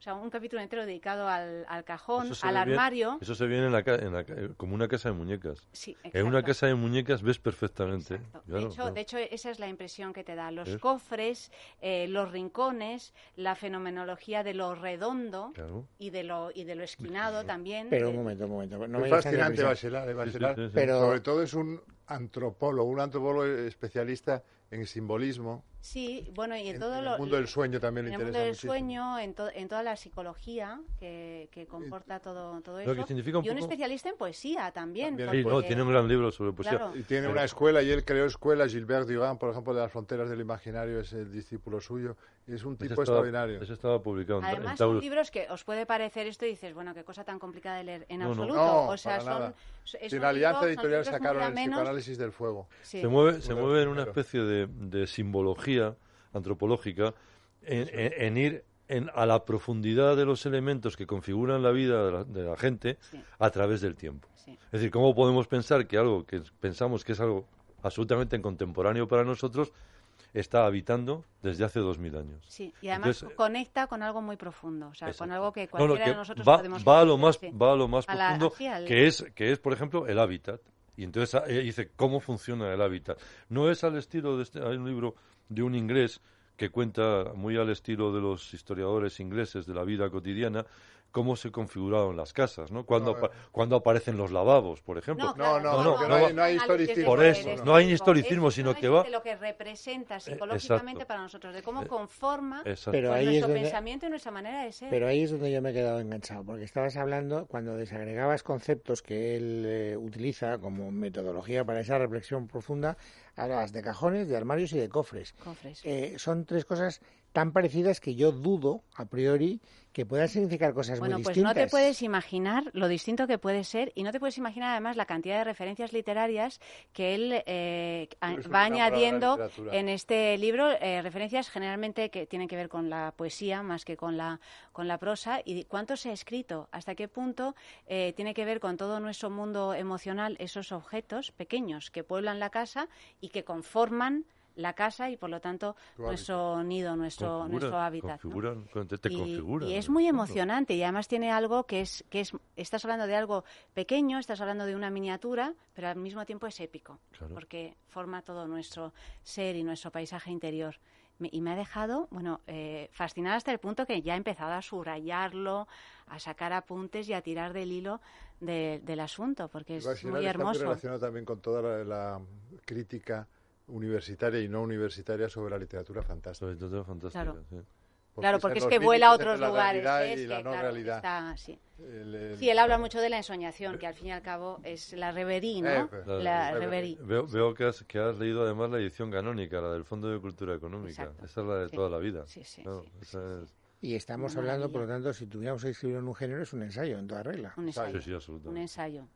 [SPEAKER 3] O sea, un capítulo entero dedicado al, al cajón,
[SPEAKER 5] Eso se
[SPEAKER 3] al
[SPEAKER 5] ve bien-
[SPEAKER 3] armario.
[SPEAKER 5] eso se viene en la, ca- en la ca- como una casa de muñecas.
[SPEAKER 3] Sí,
[SPEAKER 5] En una
[SPEAKER 3] exacto.
[SPEAKER 5] casa de muñecas ves perfectamente.
[SPEAKER 3] Exacto.
[SPEAKER 5] Claro,
[SPEAKER 3] de, hecho,
[SPEAKER 5] claro.
[SPEAKER 3] de hecho, esa es la impresión que te da. Los
[SPEAKER 5] Es.
[SPEAKER 3] cofres, eh, los rincones, la fenomenología de lo redondo
[SPEAKER 5] Claro.
[SPEAKER 3] y de lo y de lo esquinado también.
[SPEAKER 2] Pero
[SPEAKER 3] de-
[SPEAKER 2] un momento, un momento. No me
[SPEAKER 4] es
[SPEAKER 2] vayas tan
[SPEAKER 4] fascinante
[SPEAKER 2] deprisa.
[SPEAKER 4] Bachelard, eh,
[SPEAKER 5] Sí, sí,
[SPEAKER 4] Bachelard.
[SPEAKER 5] sí, sí.
[SPEAKER 2] Pero-
[SPEAKER 4] Sobre todo es un antropólogo, un antropólogo especialista en simbolismo.
[SPEAKER 3] Sí, bueno, y en,
[SPEAKER 4] En,
[SPEAKER 3] todo
[SPEAKER 4] en
[SPEAKER 3] lo,
[SPEAKER 4] el mundo del sueño también
[SPEAKER 3] en
[SPEAKER 4] le
[SPEAKER 3] el mundo
[SPEAKER 4] interesa
[SPEAKER 3] del
[SPEAKER 4] muchísimo.
[SPEAKER 3] sueño, en, to- en toda la psicología que, que comporta todo, todo
[SPEAKER 5] Lo que
[SPEAKER 3] eso.
[SPEAKER 5] significa un
[SPEAKER 3] y un
[SPEAKER 5] poco-
[SPEAKER 3] especialista en poesía también.
[SPEAKER 4] También.
[SPEAKER 5] Sí, no,
[SPEAKER 3] porque-
[SPEAKER 5] tiene un gran libro sobre poesía.
[SPEAKER 3] Claro.
[SPEAKER 4] Y tiene
[SPEAKER 5] Pero-
[SPEAKER 4] una escuela y él creó escuela, Gilbert Durand, por ejemplo, de las fronteras del imaginario, es el discípulo suyo. Es un tipo
[SPEAKER 5] Ese estaba-
[SPEAKER 4] extraordinario.
[SPEAKER 5] ese estaba publicado en, Ta- en
[SPEAKER 3] Además, son
[SPEAKER 5] Taurus.
[SPEAKER 3] libros que os puede parecer esto y dices, bueno, qué cosa tan complicada de leer en
[SPEAKER 5] No, no.
[SPEAKER 3] absoluto.
[SPEAKER 4] No,
[SPEAKER 3] o sea,
[SPEAKER 4] para nada.
[SPEAKER 3] son, es
[SPEAKER 4] Sin
[SPEAKER 3] un
[SPEAKER 4] la alianza
[SPEAKER 3] libro- son
[SPEAKER 4] editorial
[SPEAKER 3] libros muy
[SPEAKER 4] sacaron el
[SPEAKER 3] amenos.
[SPEAKER 4] psicoanálisis del fuego.
[SPEAKER 3] Sí.
[SPEAKER 5] Se mueve, se
[SPEAKER 4] Uno de
[SPEAKER 5] mueve
[SPEAKER 4] los
[SPEAKER 5] en una
[SPEAKER 4] primeros.
[SPEAKER 5] especie de, de simbología antropológica en, en- en ir en- a la profundidad de los elementos que configuran la vida de la, de la gente
[SPEAKER 3] Sí.
[SPEAKER 5] a través del tiempo.
[SPEAKER 3] Sí.
[SPEAKER 5] Es decir, ¿cómo podemos pensar que algo que pensamos que es algo absolutamente contemporáneo para nosotros está habitando desde hace dos mil años?
[SPEAKER 3] Sí, y además
[SPEAKER 5] Entonces, eh,
[SPEAKER 3] conecta con algo muy profundo, o sea, con
[SPEAKER 5] Exacto.
[SPEAKER 3] algo que
[SPEAKER 5] No, no,
[SPEAKER 3] cualquiera
[SPEAKER 5] que
[SPEAKER 3] de nosotros
[SPEAKER 5] va,
[SPEAKER 3] podemos
[SPEAKER 5] va a lo más
[SPEAKER 3] conocer, sí.
[SPEAKER 5] va a lo más
[SPEAKER 3] A la-
[SPEAKER 5] profundo
[SPEAKER 3] hacia el-
[SPEAKER 5] que es que es por ejemplo el hábitat y entonces ah, eh, dice cómo funciona el hábitat no es al estilo de este, hay un libro de un inglés que cuenta muy al estilo de los historiadores ingleses de la vida cotidiana cómo se configuraron las casas no cuando
[SPEAKER 4] No,
[SPEAKER 5] apa- cuando aparecen los lavabos por ejemplo
[SPEAKER 4] No, no,
[SPEAKER 5] no, no, no hay-
[SPEAKER 4] no hay historicismo.
[SPEAKER 5] Por eso, no hay historicismo, sino que va- Eh,
[SPEAKER 3] De lo que representa psicológicamente
[SPEAKER 5] exacto. Eh,
[SPEAKER 3] para nosotros, de cómo conforma pues,
[SPEAKER 5] Exacto.
[SPEAKER 2] Pero ahí es
[SPEAKER 3] nuestro
[SPEAKER 2] donde-
[SPEAKER 3] pensamiento y nuestra manera de ser.
[SPEAKER 2] Pero ahí es donde yo me he quedado enganchado, porque estabas hablando cuando desagregabas conceptos que él eh, utiliza como metodología para esa reflexión profunda, hablabas de cajones, de armarios y de cofres.
[SPEAKER 3] Cofres.
[SPEAKER 2] Eh, son tres cosas tan parecidas que yo dudo a priori que puedan significar cosas
[SPEAKER 3] Bueno,
[SPEAKER 2] muy
[SPEAKER 3] pues
[SPEAKER 2] distintas.
[SPEAKER 3] no te puedes imaginar lo distinto que puede ser y no te puedes imaginar además la cantidad de referencias literarias que él eh, a-
[SPEAKER 4] Eres un
[SPEAKER 3] va
[SPEAKER 4] enamorado de la
[SPEAKER 3] añadiendo
[SPEAKER 4] literatura.
[SPEAKER 3] en este libro, eh, referencias generalmente que tienen que ver con la poesía más que con la, con la prosa y cuánto se ha escrito, hasta qué punto eh, tiene que ver con todo nuestro mundo emocional esos objetos pequeños que pueblan la casa y que conforman la casa y por lo tanto
[SPEAKER 4] Tu hábitat.
[SPEAKER 3] nuestro nido, nuestro,
[SPEAKER 5] Configuran-
[SPEAKER 3] nuestro hábitat. ¿no?
[SPEAKER 5] configuran, con- te, te
[SPEAKER 3] y,
[SPEAKER 5] configuran,
[SPEAKER 3] y es
[SPEAKER 5] ¿no?
[SPEAKER 3] muy
[SPEAKER 5] Claro.
[SPEAKER 3] emocionante y además tiene algo que es que es estás hablando de algo pequeño, estás hablando de una miniatura, pero al mismo tiempo es épico,
[SPEAKER 5] Claro.
[SPEAKER 3] porque forma todo nuestro ser y nuestro paisaje interior. Me- y me ha dejado, bueno, eh, fascinada hasta el punto que ya he empezado a subrayarlo, a sacar apuntes y a tirar del hilo de- del asunto, porque es muy
[SPEAKER 4] Bachelard está muy
[SPEAKER 3] hermoso.
[SPEAKER 4] relacionado también con toda la, la crítica universitaria y no universitaria sobre la literatura fantástica.
[SPEAKER 5] Sobre todo fantástica,
[SPEAKER 3] Claro.
[SPEAKER 5] sí.
[SPEAKER 3] Claro, porque es
[SPEAKER 4] los
[SPEAKER 3] que vuela a
[SPEAKER 4] límites
[SPEAKER 3] otros
[SPEAKER 4] entre
[SPEAKER 3] lugares.
[SPEAKER 4] La
[SPEAKER 3] ¿eh?
[SPEAKER 4] realidad
[SPEAKER 3] Es
[SPEAKER 4] y la
[SPEAKER 3] que,
[SPEAKER 4] no
[SPEAKER 3] claro,
[SPEAKER 4] realidad.
[SPEAKER 3] está- sí.
[SPEAKER 4] El- el-
[SPEAKER 3] Sí, él habla mucho de la ensoñación, que al fin y al cabo es la reverie, ¿no?
[SPEAKER 4] Eh, pues,
[SPEAKER 3] la
[SPEAKER 4] eh, pues,
[SPEAKER 3] reverie.
[SPEAKER 5] Veo, veo que, has, que has leído además la edición canónica, la del Fondo de Cultura Económica.
[SPEAKER 3] Exacto.
[SPEAKER 5] Esa es la de
[SPEAKER 3] Sí.
[SPEAKER 5] toda la vida.
[SPEAKER 3] Sí, sí,
[SPEAKER 5] Claro,
[SPEAKER 3] sí,
[SPEAKER 5] esa
[SPEAKER 3] sí,
[SPEAKER 5] es-
[SPEAKER 2] Y estamos
[SPEAKER 3] Una
[SPEAKER 2] hablando, por lo
[SPEAKER 3] maravilla.
[SPEAKER 2] tanto, si tuviéramos que escribir en un género, es un ensayo en toda regla.
[SPEAKER 3] Un
[SPEAKER 5] sí,
[SPEAKER 3] ensayo.
[SPEAKER 5] sí, absolutamente.
[SPEAKER 3] Un ensayo.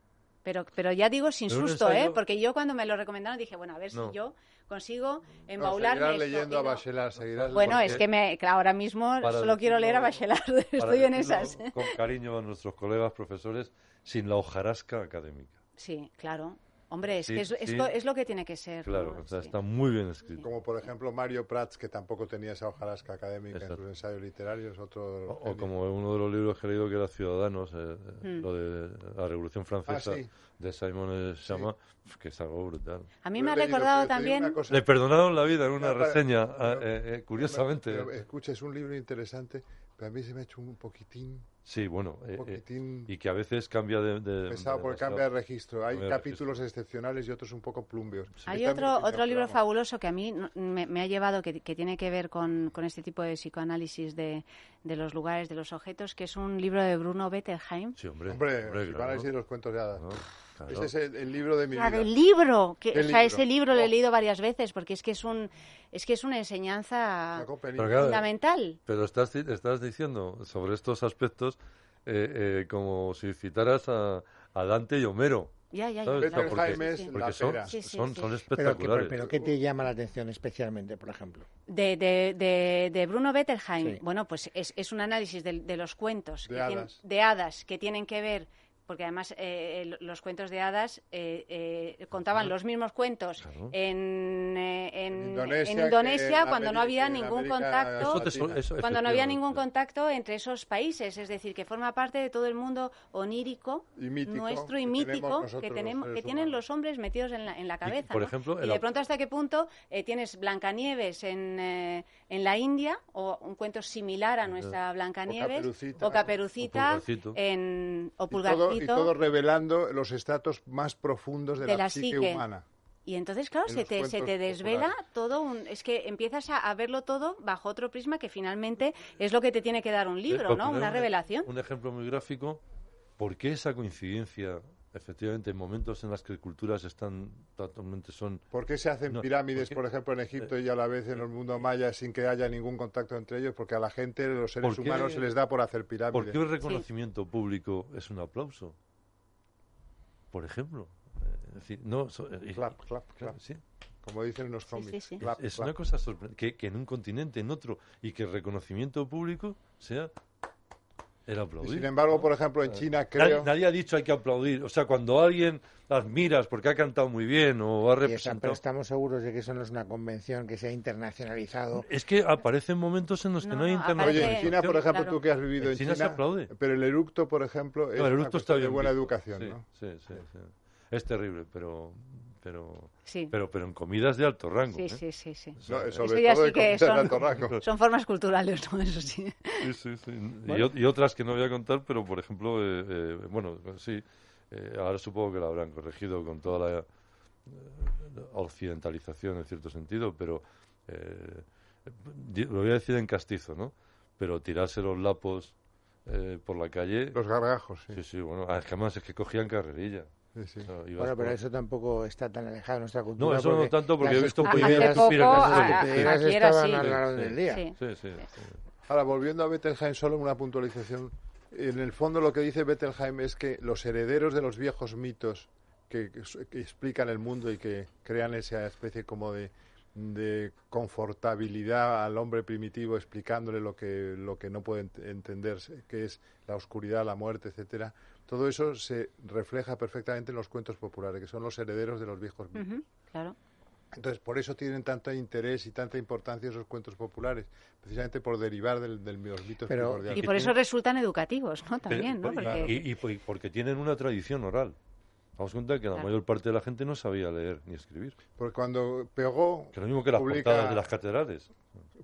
[SPEAKER 3] Pero, pero ya digo sin
[SPEAKER 5] Pero un
[SPEAKER 3] susto,
[SPEAKER 5] ensayo-
[SPEAKER 3] ¿eh? Porque yo cuando me lo recomendaron dije, bueno, a ver
[SPEAKER 5] No.
[SPEAKER 3] si yo consigo
[SPEAKER 4] No,
[SPEAKER 3] embaularme.
[SPEAKER 4] seguirás
[SPEAKER 3] esto,
[SPEAKER 4] leyendo
[SPEAKER 3] y
[SPEAKER 4] a
[SPEAKER 3] no-
[SPEAKER 4] Bachelard, seguirás
[SPEAKER 3] Bueno,
[SPEAKER 5] porque-
[SPEAKER 3] es que me, claro, ahora mismo
[SPEAKER 5] Para
[SPEAKER 3] solo quiero
[SPEAKER 5] decirlo-
[SPEAKER 3] leer a Bachelard.
[SPEAKER 5] Para
[SPEAKER 3] Estoy en
[SPEAKER 5] decirlo
[SPEAKER 3] esas. ¿eh?
[SPEAKER 5] Con cariño a nuestros colegas profesores, sin la hojarasca académica.
[SPEAKER 3] Sí, claro. Hombre, es
[SPEAKER 5] Sí,
[SPEAKER 3] que es, es
[SPEAKER 5] sí.
[SPEAKER 3] lo, es lo que tiene que ser.
[SPEAKER 5] Claro,
[SPEAKER 3] ¿no?
[SPEAKER 5] o sea,
[SPEAKER 3] Sí.
[SPEAKER 5] está muy bien escrito.
[SPEAKER 4] Como por ejemplo Mario Prats, que tampoco tenía esa hojarasca académica
[SPEAKER 5] Exacto.
[SPEAKER 4] en sus ensayos literarios, otro... de
[SPEAKER 5] O,
[SPEAKER 4] los
[SPEAKER 5] o
[SPEAKER 4] genios.
[SPEAKER 5] como uno de los libros que he leído que era Ciudadanos, eh, eh,
[SPEAKER 3] Mm.
[SPEAKER 5] lo de la Revolución Francesa
[SPEAKER 4] Ah, sí.
[SPEAKER 5] de Simon Chama, que es algo brutal.
[SPEAKER 3] A mí
[SPEAKER 4] Yo
[SPEAKER 3] me
[SPEAKER 4] he
[SPEAKER 3] ha
[SPEAKER 4] leído,
[SPEAKER 3] recordado
[SPEAKER 4] pero te digo una
[SPEAKER 3] también...
[SPEAKER 4] cosa,
[SPEAKER 5] Le perdonaron la vida en una
[SPEAKER 4] No, para-
[SPEAKER 5] reseña,
[SPEAKER 4] pero-
[SPEAKER 5] eh, eh, curiosamente.
[SPEAKER 4] pero escucha, es un libro interesante, pero a mí se me ha hecho un poquitín,
[SPEAKER 5] sí, bueno, eh, eh,
[SPEAKER 4] poquitín
[SPEAKER 5] y que a veces cambia de... de-
[SPEAKER 4] pesado
[SPEAKER 5] de
[SPEAKER 4] porque
[SPEAKER 5] demasiado.
[SPEAKER 4] cambia de registro. Hay
[SPEAKER 5] cambia de
[SPEAKER 4] capítulos excepcionales y otros un poco plumbeos.
[SPEAKER 3] Hay
[SPEAKER 4] Está muy
[SPEAKER 3] otro,
[SPEAKER 4] bien,
[SPEAKER 3] otro
[SPEAKER 4] pero
[SPEAKER 3] libro
[SPEAKER 4] vamos.
[SPEAKER 3] fabuloso que a mí no- me, me ha llevado, que, que tiene que ver con, con este tipo de psicoanálisis de, de los lugares, de los objetos, que es un libro de Bruno Bettelheim.
[SPEAKER 5] Sí, hombre.
[SPEAKER 4] Hombre,
[SPEAKER 5] hombre,
[SPEAKER 4] si
[SPEAKER 5] claro,
[SPEAKER 4] van a decir los cuentos de hadas.
[SPEAKER 5] ¿no? Claro.
[SPEAKER 4] Este es el, el libro de mi
[SPEAKER 3] Claro, el
[SPEAKER 4] vida.
[SPEAKER 3] Ah, libro, que,
[SPEAKER 4] ¿Qué
[SPEAKER 3] o sea,
[SPEAKER 4] libro?
[SPEAKER 3] ese libro lo
[SPEAKER 4] Oh.
[SPEAKER 3] he leído varias veces porque es que es un es que es una enseñanza
[SPEAKER 4] Una copa de
[SPEAKER 5] Pero
[SPEAKER 4] niños.
[SPEAKER 5] claro,
[SPEAKER 3] fundamental.
[SPEAKER 5] Pero estás, di- estás diciendo sobre estos aspectos eh, eh, como si citaras a, a Dante y Homero.
[SPEAKER 3] Ya, ya, ya,
[SPEAKER 5] ¿Sabes?
[SPEAKER 3] claro,
[SPEAKER 5] porque-
[SPEAKER 4] Bettelheim es
[SPEAKER 3] sí.
[SPEAKER 4] la
[SPEAKER 5] Porque son,
[SPEAKER 4] pera.
[SPEAKER 3] Sí, sí, sí.
[SPEAKER 5] son, son
[SPEAKER 2] Pero, que-
[SPEAKER 5] espectaculares.
[SPEAKER 2] pero ¿qué te llama la atención especialmente, por ejemplo?
[SPEAKER 3] De, de, de, de Bruno Bettelheim.
[SPEAKER 2] Sí.
[SPEAKER 3] Bueno, pues es, es un análisis del- de, los cuentos
[SPEAKER 4] De
[SPEAKER 3] que tienen-
[SPEAKER 4] hadas.
[SPEAKER 3] de hadas que tienen que ver porque además eh, los cuentos de hadas eh, eh, contaban los mismos cuentos
[SPEAKER 5] Claro.
[SPEAKER 3] en, eh, en- en Indonesia,
[SPEAKER 4] Indonesia que en
[SPEAKER 3] cuando no había
[SPEAKER 4] América- en
[SPEAKER 3] ningún
[SPEAKER 4] América-
[SPEAKER 5] Eso
[SPEAKER 3] contacto
[SPEAKER 5] te su- eso,
[SPEAKER 3] cuando no había
[SPEAKER 5] efectivamente.
[SPEAKER 3] ningún contacto entre esos países, es decir, que forma parte de todo el mundo onírico
[SPEAKER 4] Y mítico
[SPEAKER 3] nuestro y
[SPEAKER 4] que tenemos
[SPEAKER 3] mítico que,
[SPEAKER 4] nosotros los
[SPEAKER 3] tenemos, que
[SPEAKER 4] seres
[SPEAKER 3] tienen
[SPEAKER 4] humanos.
[SPEAKER 3] los hombres metidos en la, en la cabeza.
[SPEAKER 5] por
[SPEAKER 3] ¿no?
[SPEAKER 5] ejemplo,
[SPEAKER 3] y
[SPEAKER 5] el
[SPEAKER 3] de
[SPEAKER 5] au-
[SPEAKER 3] pronto hasta qué punto eh, tienes Blancanieves en, eh, en la India o un cuento similar a nuestra Blancanieves
[SPEAKER 4] Caperucita.
[SPEAKER 3] o Caperucita
[SPEAKER 5] O Pulgarcito.
[SPEAKER 3] en, o
[SPEAKER 4] Y todo, y
[SPEAKER 3] Pulgarcito.
[SPEAKER 4] todo revelando los estratos más profundos de,
[SPEAKER 3] De
[SPEAKER 4] la,
[SPEAKER 3] la
[SPEAKER 4] psique,
[SPEAKER 3] psique.
[SPEAKER 4] humana.
[SPEAKER 3] Y entonces, claro,
[SPEAKER 4] en
[SPEAKER 3] se
[SPEAKER 4] los
[SPEAKER 3] te, se
[SPEAKER 4] cuentos
[SPEAKER 3] te desvela
[SPEAKER 4] populares.
[SPEAKER 3] todo un... Es que empiezas a, a verlo todo bajo otro prisma que finalmente es lo que te tiene que dar un
[SPEAKER 5] Eh,
[SPEAKER 3] libro,
[SPEAKER 5] por
[SPEAKER 3] ¿no?
[SPEAKER 5] poner
[SPEAKER 3] Una
[SPEAKER 5] un-
[SPEAKER 3] revelación.
[SPEAKER 5] Un ejemplo muy gráfico, ¿por qué esa coincidencia, efectivamente, en momentos en las que culturas están totalmente son...
[SPEAKER 4] ¿Por qué se hacen
[SPEAKER 5] No,
[SPEAKER 4] pirámides,
[SPEAKER 5] porque- eh,
[SPEAKER 4] por ejemplo, en Egipto y a la vez en el mundo maya sin que haya ningún contacto entre ellos? Porque a la gente, los seres
[SPEAKER 5] ¿Por qué-
[SPEAKER 4] humanos, se les da por hacer
[SPEAKER 5] ¿Por
[SPEAKER 4] pirámides.
[SPEAKER 5] qué el reconocimiento público es un aplauso? Por ejemplo. Eh, Es decir, no... so- eh,
[SPEAKER 4] Clap, clap, clap.
[SPEAKER 5] sí.
[SPEAKER 4] Como dicen en los cómics.
[SPEAKER 3] sí.
[SPEAKER 4] Clap,
[SPEAKER 5] es
[SPEAKER 4] clap.
[SPEAKER 5] una cosa sorprendente, que, que en un continente, en otro, y que el reconocimiento público sea el
[SPEAKER 4] Y
[SPEAKER 5] aplaudir.
[SPEAKER 4] sin embargo, por ejemplo, en China
[SPEAKER 5] Nad-
[SPEAKER 4] creo...
[SPEAKER 5] Eh, Nadie ha dicho hay que aplaudir. O sea, cuando alguien admiras porque ha cantado muy bien o ha
[SPEAKER 2] Y esa- pero
[SPEAKER 5] representado...
[SPEAKER 2] estamos seguros de que eso no es una convención que se ha internacionalizado.
[SPEAKER 5] Es que aparecen momentos en los que
[SPEAKER 3] No,
[SPEAKER 5] no hay
[SPEAKER 3] no, aparece-
[SPEAKER 4] Oye, en
[SPEAKER 3] Parece-
[SPEAKER 5] internacionalización.
[SPEAKER 4] China, por ejemplo,
[SPEAKER 3] Claro.
[SPEAKER 4] tú que has vivido en,
[SPEAKER 5] En China se aplaude.
[SPEAKER 4] pero el eructo, por ejemplo, es
[SPEAKER 5] No, el
[SPEAKER 4] una
[SPEAKER 5] eructo
[SPEAKER 4] cuestión
[SPEAKER 5] está bien
[SPEAKER 4] de buena
[SPEAKER 5] visto.
[SPEAKER 4] educación,
[SPEAKER 5] Sí,
[SPEAKER 4] ¿no?
[SPEAKER 5] sí, sí, sí. Es terrible, pero, pero,
[SPEAKER 3] Sí.
[SPEAKER 5] pero, pero en comidas de alto rango.
[SPEAKER 3] Sí,
[SPEAKER 5] ¿eh?
[SPEAKER 3] sí, sí, sí.
[SPEAKER 5] O sea,
[SPEAKER 4] No,
[SPEAKER 5] eh,
[SPEAKER 4] sobre
[SPEAKER 3] ya
[SPEAKER 4] todo
[SPEAKER 3] sí
[SPEAKER 4] en
[SPEAKER 3] que
[SPEAKER 4] comidas
[SPEAKER 3] son-
[SPEAKER 4] de alto rango.
[SPEAKER 3] Son formas culturales, ¿no? Eso sí.
[SPEAKER 5] sí, sí, sí. Y, ot- y otras que no voy a contar, pero por ejemplo, eh, eh, bueno, sí, eh, ahora supongo que la habrán corregido con toda la eh, occidentalización en cierto sentido, pero eh, di- lo voy a decir en castizo, ¿no? Pero tirarse los lapos eh, por la calle.
[SPEAKER 4] Los gargajos, sí.
[SPEAKER 5] Sí, sí, bueno, ah, es que además es que cogían carrerilla.
[SPEAKER 4] sí, sí.
[SPEAKER 5] O sea, ibas
[SPEAKER 2] Bueno, pero
[SPEAKER 5] por-
[SPEAKER 2] eso tampoco está tan alejado de nuestra cultura.
[SPEAKER 5] No, eso no tanto, porque
[SPEAKER 2] las
[SPEAKER 5] he visto
[SPEAKER 3] Ah,
[SPEAKER 5] un
[SPEAKER 3] hace
[SPEAKER 5] vídeo que
[SPEAKER 2] estupideces-
[SPEAKER 3] poco,
[SPEAKER 5] supiera que eso es lo
[SPEAKER 3] ah,
[SPEAKER 5] que-
[SPEAKER 3] ah,
[SPEAKER 2] estupideces
[SPEAKER 3] aquí era
[SPEAKER 2] estaban
[SPEAKER 3] así.
[SPEAKER 2] al orden del día.
[SPEAKER 3] Sí.
[SPEAKER 5] Sí, sí, sí.
[SPEAKER 4] Ahora, volviendo a Bettelheim, solo una puntualización. En el fondo lo que dice Bettelheim es que los herederos de los viejos mitos que, que explican el mundo y que crean esa especie como de, de confortabilidad al hombre primitivo explicándole lo que, lo que no puede ent- entenderse, que es la oscuridad, la muerte, etcétera. Todo eso se refleja perfectamente en los cuentos populares, que son los herederos de los viejos mitos.
[SPEAKER 3] Ujú, Claro.
[SPEAKER 4] Entonces, por eso tienen tanto interés y tanta importancia esos cuentos populares, precisamente por derivar del, del- de los mitos
[SPEAKER 2] Pero-
[SPEAKER 4] primordiales.
[SPEAKER 3] Y por eso resultan educativos, ¿no? También, ¿no?
[SPEAKER 5] Pero-
[SPEAKER 3] Porque...
[SPEAKER 5] pues, y, y- y porque tienen una tradición oral. Vamos a contar que la
[SPEAKER 3] Claro.
[SPEAKER 5] mayor parte de la gente no sabía leer ni escribir.
[SPEAKER 4] Porque cuando pegó,
[SPEAKER 5] Que lo mismo que las
[SPEAKER 4] Publica-
[SPEAKER 5] portadas de las catedrales.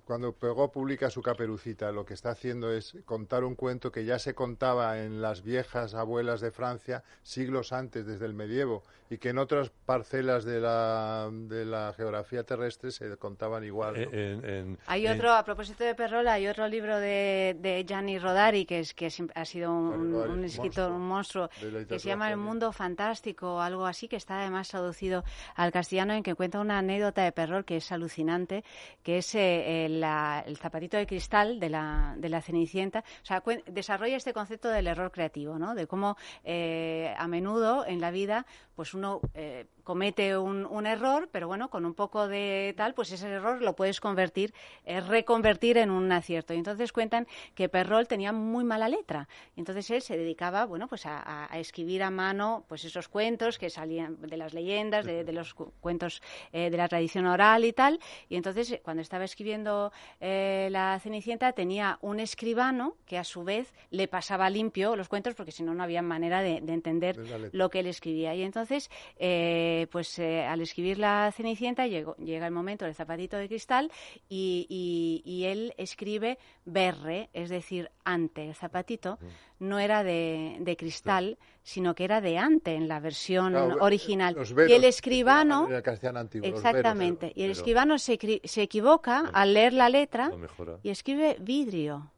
[SPEAKER 4] cuando pegó publica su caperucita, lo que está haciendo es contar un cuento que ya se contaba en las viejas abuelas de Francia siglos antes, desde el medievo, y que en otras parcelas de la, de la geografía terrestre se contaban igual. ¿no?
[SPEAKER 5] Eh, en- en-
[SPEAKER 3] Hay
[SPEAKER 5] en-
[SPEAKER 3] otro, a propósito de Perrola, hay otro libro de, de Gianni Rodari, que, es, que siempre ha sido un,
[SPEAKER 4] Gianni Rodari,
[SPEAKER 3] un
[SPEAKER 4] un
[SPEAKER 3] escritor,
[SPEAKER 4] monstruo
[SPEAKER 3] un monstruo,
[SPEAKER 4] de la
[SPEAKER 3] que se
[SPEAKER 4] literatura
[SPEAKER 3] llama El
[SPEAKER 4] juvenil.
[SPEAKER 3] Mundo Fantástico o algo así, que está además traducido al castellano, en que cuenta una anécdota de Perrol que es alucinante, que es eh, eh, la- el zapatito de cristal de la, de la Cenicienta. O sea, cuen- desarrolla este concepto del error creativo, ¿no? De cómo eh, a menudo en la vida, pues uno eh, comete un, un error, pero bueno, con un poco de tal, pues ese error lo puedes convertir, eh, reconvertir en un acierto. Y entonces cuentan que Perrol tenía muy mala letra. Y entonces él se dedicaba, bueno, pues a, a- a escribir a mano, pues esos cuentos que salían de las leyendas, de, de los cu- cuentos eh, de la tradición oral y tal. Y entonces eh, cuando estaba escribiendo eh, la Cenicienta tenía un escribano que a su vez le pasaba limpio los cuentos porque si no no había manera de, de entender
[SPEAKER 4] De la letra.
[SPEAKER 3] lo que él escribía. Y entonces, eh, pues eh, al escribir la Cenicienta llegó- llega el momento del zapatito de cristal y, y- y él escribe berre, es decir, ante. El zapatito no era de, de cristal, sino que era de ante en la versión
[SPEAKER 4] Claro,
[SPEAKER 3] original.
[SPEAKER 4] los
[SPEAKER 3] y
[SPEAKER 4] veros,
[SPEAKER 3] el escribano...
[SPEAKER 4] En el castellano antiguo, los veros. eh,
[SPEAKER 3] Exactamente. y el
[SPEAKER 5] pero-
[SPEAKER 3] escribano se, cri- se equivoca al leer la letra
[SPEAKER 5] lo ah. mejora.
[SPEAKER 3] y escribe vidrio.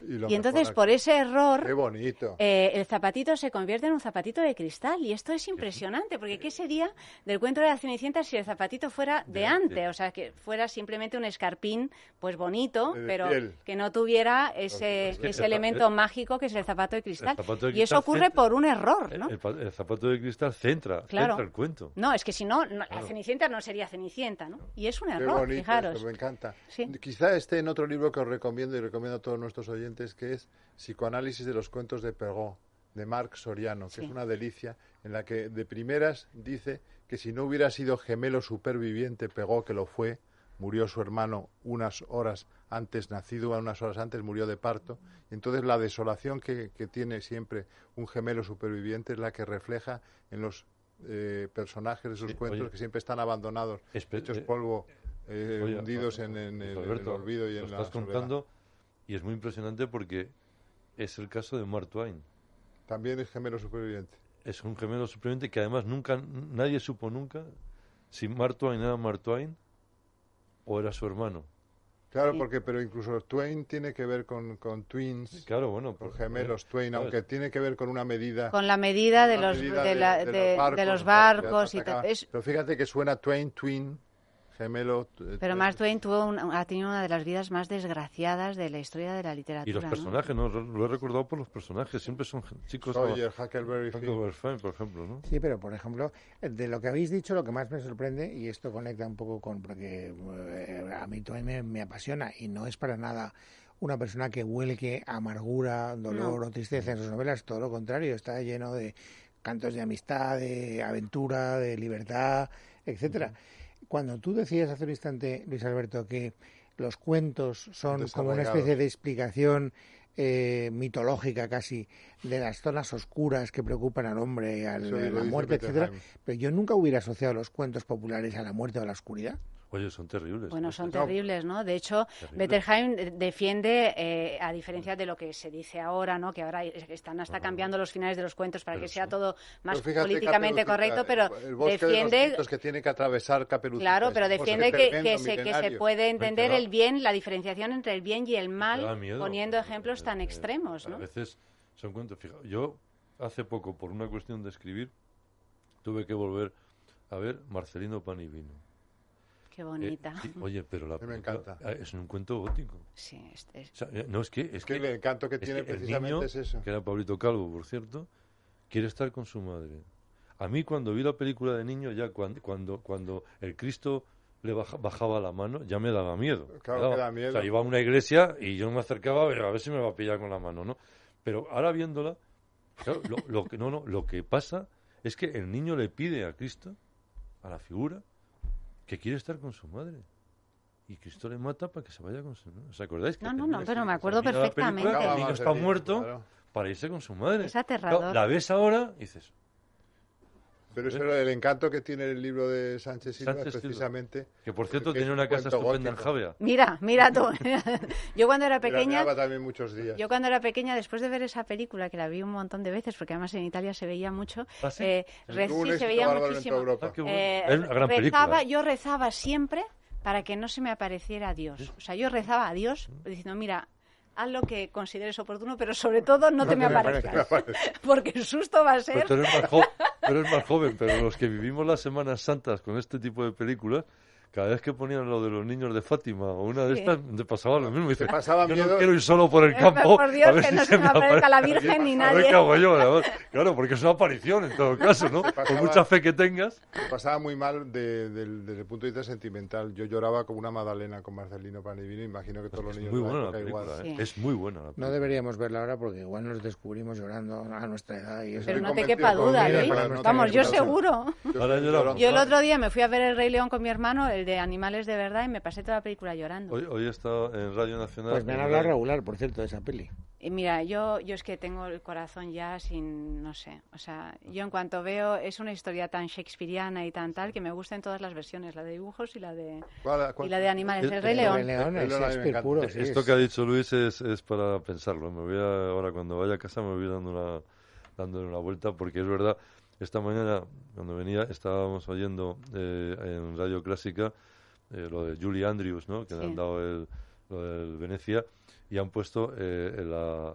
[SPEAKER 4] lo
[SPEAKER 3] Y entonces
[SPEAKER 4] mejoran.
[SPEAKER 3] por ese
[SPEAKER 4] Qué
[SPEAKER 3] error
[SPEAKER 4] bonito.
[SPEAKER 3] eh, el zapatito se convierte en un zapatito de cristal y esto es impresionante porque ¿qué sería del cuento de la Cenicienta si el zapatito fuera de
[SPEAKER 5] De-
[SPEAKER 3] ante?
[SPEAKER 5] de-
[SPEAKER 3] O sea, que fuera simplemente un escarpín pues bonito,
[SPEAKER 4] De
[SPEAKER 3] pero
[SPEAKER 4] piel.
[SPEAKER 3] que no tuviera ese,
[SPEAKER 5] Es que el
[SPEAKER 3] ese
[SPEAKER 5] zapa-
[SPEAKER 3] elemento
[SPEAKER 5] el-
[SPEAKER 3] mágico que es el zapato de cristal.
[SPEAKER 5] zapato de
[SPEAKER 3] y eso
[SPEAKER 5] cristal
[SPEAKER 3] ocurre
[SPEAKER 5] centra-
[SPEAKER 3] por un error, ¿no?
[SPEAKER 5] El, pa- el zapato de cristal centra,
[SPEAKER 3] Claro.
[SPEAKER 5] centra el cuento.
[SPEAKER 3] No, es que si no, no, la
[SPEAKER 5] Claro.
[SPEAKER 3] Cenicienta no sería Cenicienta, ¿no? Y es un
[SPEAKER 4] Qué
[SPEAKER 3] error,
[SPEAKER 4] bonito,
[SPEAKER 3] fijaros.
[SPEAKER 4] esto, me encanta.
[SPEAKER 3] Sí.
[SPEAKER 4] Quizá esté en otro libro que os recomiendo y recomiendo a todos nuestros oyentes, que es Psicoanálisis de los cuentos de Perrault, de Marc Soriano, que
[SPEAKER 3] Sí.
[SPEAKER 4] es una delicia, en la que de primeras dice que si no hubiera sido gemelo superviviente, pegó que lo fue, murió su hermano unas horas antes nacido, unas horas antes murió de parto, y entonces la desolación que, que tiene siempre un gemelo superviviente es la que refleja en los eh, personajes de sus
[SPEAKER 5] Sí,
[SPEAKER 4] cuentos
[SPEAKER 5] oye.
[SPEAKER 4] que siempre están abandonados,
[SPEAKER 5] Espe-
[SPEAKER 4] hechos
[SPEAKER 5] eh,
[SPEAKER 4] polvo, eh,
[SPEAKER 5] Oye,
[SPEAKER 4] hundidos
[SPEAKER 5] a-
[SPEAKER 4] en, en el, en el
[SPEAKER 5] Alberto,
[SPEAKER 4] olvido y
[SPEAKER 5] lo
[SPEAKER 4] en la
[SPEAKER 5] estás
[SPEAKER 4] soledad.
[SPEAKER 5] contando y es muy impresionante porque es el caso de Mark Twain.
[SPEAKER 4] También es gemelo superviviente.
[SPEAKER 5] Es un gemelo superviviente que además nunca nadie supo nunca si Mark Twain era Mark Twain o era su hermano.
[SPEAKER 4] Claro,
[SPEAKER 3] Y-
[SPEAKER 4] porque pero incluso Twain tiene que ver con, con twins,
[SPEAKER 5] Claro, bueno, pues,
[SPEAKER 4] con
[SPEAKER 5] por
[SPEAKER 4] gemelos Twain,
[SPEAKER 5] ¿sabes?
[SPEAKER 4] aunque tiene que ver con una medida
[SPEAKER 3] Con la medida de
[SPEAKER 4] una
[SPEAKER 3] los,
[SPEAKER 4] medida
[SPEAKER 3] de la- de- de los
[SPEAKER 4] para- para
[SPEAKER 3] barcos y
[SPEAKER 4] atacar.
[SPEAKER 3] todo. Es-
[SPEAKER 4] Pero fíjate que suena Twain, Twin, gemelo. t- eh,
[SPEAKER 3] pero
[SPEAKER 4] t-
[SPEAKER 3] Mark Twain tuvo un- ha tenido una de las vidas más desgraciadas de la historia de la literatura.
[SPEAKER 5] Y los
[SPEAKER 3] ¿no?
[SPEAKER 5] personajes, ¿no? Lo- lo he recordado por los personajes, siempre son gen- chicos
[SPEAKER 4] Sawyer, Huckleberry Finn.
[SPEAKER 5] Huckleberry Finn, por ejemplo, ¿no?
[SPEAKER 2] Sí, pero por ejemplo, de lo que habéis dicho, lo que más me sorprende, y esto conecta un poco con, porque eh, a mí también me, me apasiona, y no es para nada una persona que huelque amargura, dolor
[SPEAKER 3] No.
[SPEAKER 2] o tristeza en sus novelas, todo lo contrario, está lleno de cantos de amistad, de aventura, de libertad, etcétera. Cuando tú decías hace un instante, Luis Alberto, que los cuentos son como una especie de explicación eh, mitológica casi de las zonas oscuras que preocupan al hombre, al-
[SPEAKER 4] Eso
[SPEAKER 2] a
[SPEAKER 4] lo
[SPEAKER 2] la
[SPEAKER 4] dice
[SPEAKER 2] muerte,
[SPEAKER 4] Peter
[SPEAKER 2] etcétera.
[SPEAKER 4] Hyde.
[SPEAKER 2] Pero yo nunca hubiera asociado los cuentos populares a la muerte o a la oscuridad.
[SPEAKER 5] Oye, son terribles. ¿eh?
[SPEAKER 3] Bueno,
[SPEAKER 5] ¿no?
[SPEAKER 3] son
[SPEAKER 4] No.
[SPEAKER 3] terribles, ¿no? De hecho,
[SPEAKER 5] Terribles.
[SPEAKER 3] Bettelheim defiende, eh, a diferencia de lo que se dice ahora, ¿no? Que ahora están hasta cambiando los finales de los cuentos para
[SPEAKER 5] Pero
[SPEAKER 3] que sea
[SPEAKER 5] sí.
[SPEAKER 3] todo más
[SPEAKER 4] Pero fíjate,
[SPEAKER 3] políticamente
[SPEAKER 4] Caperucita,
[SPEAKER 3] correcto, pero
[SPEAKER 4] el- el bosque de los
[SPEAKER 3] defiende
[SPEAKER 4] mitos que tiene que atravesar Caperucita.
[SPEAKER 3] Claro,
[SPEAKER 4] ese
[SPEAKER 3] pero
[SPEAKER 4] bosque
[SPEAKER 3] defiende que,
[SPEAKER 4] tremendo,
[SPEAKER 3] que se, que se
[SPEAKER 4] milenario.
[SPEAKER 3] puede entender
[SPEAKER 5] da-
[SPEAKER 3] el bien, la diferenciación entre el bien y el
[SPEAKER 5] Te da
[SPEAKER 3] mal,
[SPEAKER 5] miedo.
[SPEAKER 3] poniendo ejemplos
[SPEAKER 5] Eh,
[SPEAKER 3] tan
[SPEAKER 5] eh,
[SPEAKER 3] extremos,
[SPEAKER 5] A
[SPEAKER 3] ¿no?
[SPEAKER 5] veces son cuentos. Fija, yo hace poco, por una cuestión de escribir, tuve que volver a ver Marcelino Pan y Vino.
[SPEAKER 3] Qué
[SPEAKER 5] Eh,
[SPEAKER 3] bonita.
[SPEAKER 5] sí, oye, pero la
[SPEAKER 4] Sí, me
[SPEAKER 5] película-
[SPEAKER 4] encanta.
[SPEAKER 5] ah, Es un cuento gótico.
[SPEAKER 3] Sí, este es-
[SPEAKER 5] O sea, eh, no, es que, es
[SPEAKER 4] Es que
[SPEAKER 5] que,
[SPEAKER 4] el encanto que
[SPEAKER 5] es
[SPEAKER 4] tiene
[SPEAKER 5] que el
[SPEAKER 4] precisamente
[SPEAKER 5] niño,
[SPEAKER 4] es eso.
[SPEAKER 5] que era Pablito Calvo, por cierto, quiere estar con su madre. A mí cuando vi la película de niño, ya cuando, cuando, cuando el Cristo le baja- bajaba la mano, ya me daba miedo.
[SPEAKER 4] Claro
[SPEAKER 5] Me daba-
[SPEAKER 4] que da miedo.
[SPEAKER 5] O sea, iba a una iglesia y yo me acercaba pero a ver si me va a pillar con la mano, ¿no? Pero ahora viéndola, claro, lo, lo que, no, no, lo que pasa es que el niño le pide a Cristo, a la figura, que quiere estar con su madre. Y Cristo le mata para que se vaya con su madre. ¿Os acordáis? que
[SPEAKER 3] No, no,
[SPEAKER 5] termina
[SPEAKER 3] no, pero
[SPEAKER 5] así?
[SPEAKER 3] me acuerdo
[SPEAKER 5] Termina la
[SPEAKER 3] perfectamente.
[SPEAKER 5] película,
[SPEAKER 4] Acaba
[SPEAKER 5] el niño está
[SPEAKER 4] Marcelino,
[SPEAKER 5] muerto
[SPEAKER 4] claro.
[SPEAKER 5] para irse con su madre.
[SPEAKER 3] Es aterrador.
[SPEAKER 5] Claro, la ves ahora y dices,
[SPEAKER 4] Pero eso era el encanto que tiene el libro de Sánchez Silva,
[SPEAKER 5] Sánchez Silva.
[SPEAKER 4] precisamente.
[SPEAKER 5] que por cierto
[SPEAKER 4] Porque es
[SPEAKER 5] tenía
[SPEAKER 4] un
[SPEAKER 5] una casa
[SPEAKER 4] cuento
[SPEAKER 5] estupenda en
[SPEAKER 4] gótico.
[SPEAKER 5] Javea.
[SPEAKER 3] Mira, mira tú. yo cuando era
[SPEAKER 4] Me la
[SPEAKER 3] pequeña,
[SPEAKER 4] miraba también muchos días.
[SPEAKER 3] yo cuando era pequeña, después de ver esa película, que la vi un montón de veces, porque además en Italia se veía mucho,
[SPEAKER 5] ¿Ah, sí?
[SPEAKER 3] eh,
[SPEAKER 5] Sí.
[SPEAKER 3] re-
[SPEAKER 4] Tuvo un
[SPEAKER 3] sí, se
[SPEAKER 4] éxito
[SPEAKER 3] veía
[SPEAKER 4] bárbaro en toda
[SPEAKER 3] muchísimo.
[SPEAKER 4] Europa.
[SPEAKER 5] Ah, qué bueno.
[SPEAKER 3] Eh,
[SPEAKER 5] es una gran
[SPEAKER 3] rezaba,
[SPEAKER 5] película.
[SPEAKER 3] Yo rezaba siempre para que no se me apareciera Dios. O sea, yo rezaba a Dios diciendo, mira, haz lo que consideres oportuno, pero sobre todo no, te me aparezcas. Porque el susto va a ser...
[SPEAKER 5] Pero tú, eres más jo- tú eres más joven, pero los que vivimos las Semanas Santas con este tipo de películas, cada vez que ponían lo de los niños de Fátima o una de
[SPEAKER 3] Sí.
[SPEAKER 5] estas, te pasaba lo mismo. Dices,
[SPEAKER 4] pasaba
[SPEAKER 5] yo
[SPEAKER 4] miedo".
[SPEAKER 5] no quiero ir solo por el
[SPEAKER 3] Eh,
[SPEAKER 5] campo.
[SPEAKER 3] por Dios,
[SPEAKER 5] a ver
[SPEAKER 3] que
[SPEAKER 5] si
[SPEAKER 3] no
[SPEAKER 5] se
[SPEAKER 3] se me aparezca la
[SPEAKER 5] aparece".
[SPEAKER 3] Virgen ni
[SPEAKER 5] A ver
[SPEAKER 3] nadie.
[SPEAKER 5] qué hago yo, además. Claro, porque es una aparición en todo caso, ¿no? Por
[SPEAKER 4] pasaba-
[SPEAKER 5] mucha fe que tengas.
[SPEAKER 4] Me pasaba muy mal de- del- desde el punto de vista sentimental. Yo lloraba como una magdalena con Marcelino Panivino. Imagino que todos los
[SPEAKER 5] Es
[SPEAKER 4] niños
[SPEAKER 5] muy
[SPEAKER 4] de la
[SPEAKER 5] buena la
[SPEAKER 4] época igual.
[SPEAKER 5] película,
[SPEAKER 3] igual.
[SPEAKER 5] ¿eh?
[SPEAKER 3] Sí.
[SPEAKER 5] Es muy buena la
[SPEAKER 2] No
[SPEAKER 5] película.
[SPEAKER 2] deberíamos verla ahora porque igual nos descubrimos llorando a nuestra edad. Y eso
[SPEAKER 3] Pero no
[SPEAKER 4] Estoy
[SPEAKER 3] te
[SPEAKER 4] convencido
[SPEAKER 3] quepa
[SPEAKER 4] con
[SPEAKER 3] duda,
[SPEAKER 4] Miguel
[SPEAKER 3] ¿eh?
[SPEAKER 4] para no
[SPEAKER 3] Vamos,
[SPEAKER 4] tener
[SPEAKER 3] yo
[SPEAKER 4] razón.
[SPEAKER 3] seguro.
[SPEAKER 4] Yo soy
[SPEAKER 5] ¿eh? Ahora lloramos.
[SPEAKER 4] llorón.
[SPEAKER 3] Yo el otro día me fui a ver El Rey León con mi hermano, el de Animales de Verdad, y me pasé toda la película llorando.
[SPEAKER 5] Hoy, hoy he estado en Radio Nacional.
[SPEAKER 2] Pues me han
[SPEAKER 5] en
[SPEAKER 2] hablado
[SPEAKER 5] Radio-
[SPEAKER 2] regular, por cierto, de esa peli.
[SPEAKER 3] Y mira, yo, yo es que tengo el corazón ya sin, no sé, o sea, yo en cuanto veo, es una historia tan shakespeariana y tan tal que me gustan todas las versiones, la de dibujos y la de,
[SPEAKER 4] ¿Cuál-
[SPEAKER 3] y
[SPEAKER 4] cuál-
[SPEAKER 3] la de animales,
[SPEAKER 5] El-
[SPEAKER 3] el Rey
[SPEAKER 5] el-
[SPEAKER 2] El
[SPEAKER 3] León.
[SPEAKER 2] León
[SPEAKER 4] El
[SPEAKER 2] es
[SPEAKER 4] León a mí me
[SPEAKER 2] Shakespeare
[SPEAKER 4] encanta.
[SPEAKER 2] puro. sí,
[SPEAKER 5] Esto
[SPEAKER 4] Pues
[SPEAKER 2] es-
[SPEAKER 5] que ha dicho Luis es, es para pensarlo. Me voy a- ahora cuando vaya a casa me voy a dando una, dándole una vuelta porque es verdad. Esta mañana cuando venía estábamos oyendo eh, en Radio Clásica eh, lo de Julie Andrews, ¿no? Que le
[SPEAKER 3] Sí.
[SPEAKER 5] han dado el, lo del Venecia y han puesto eh, la,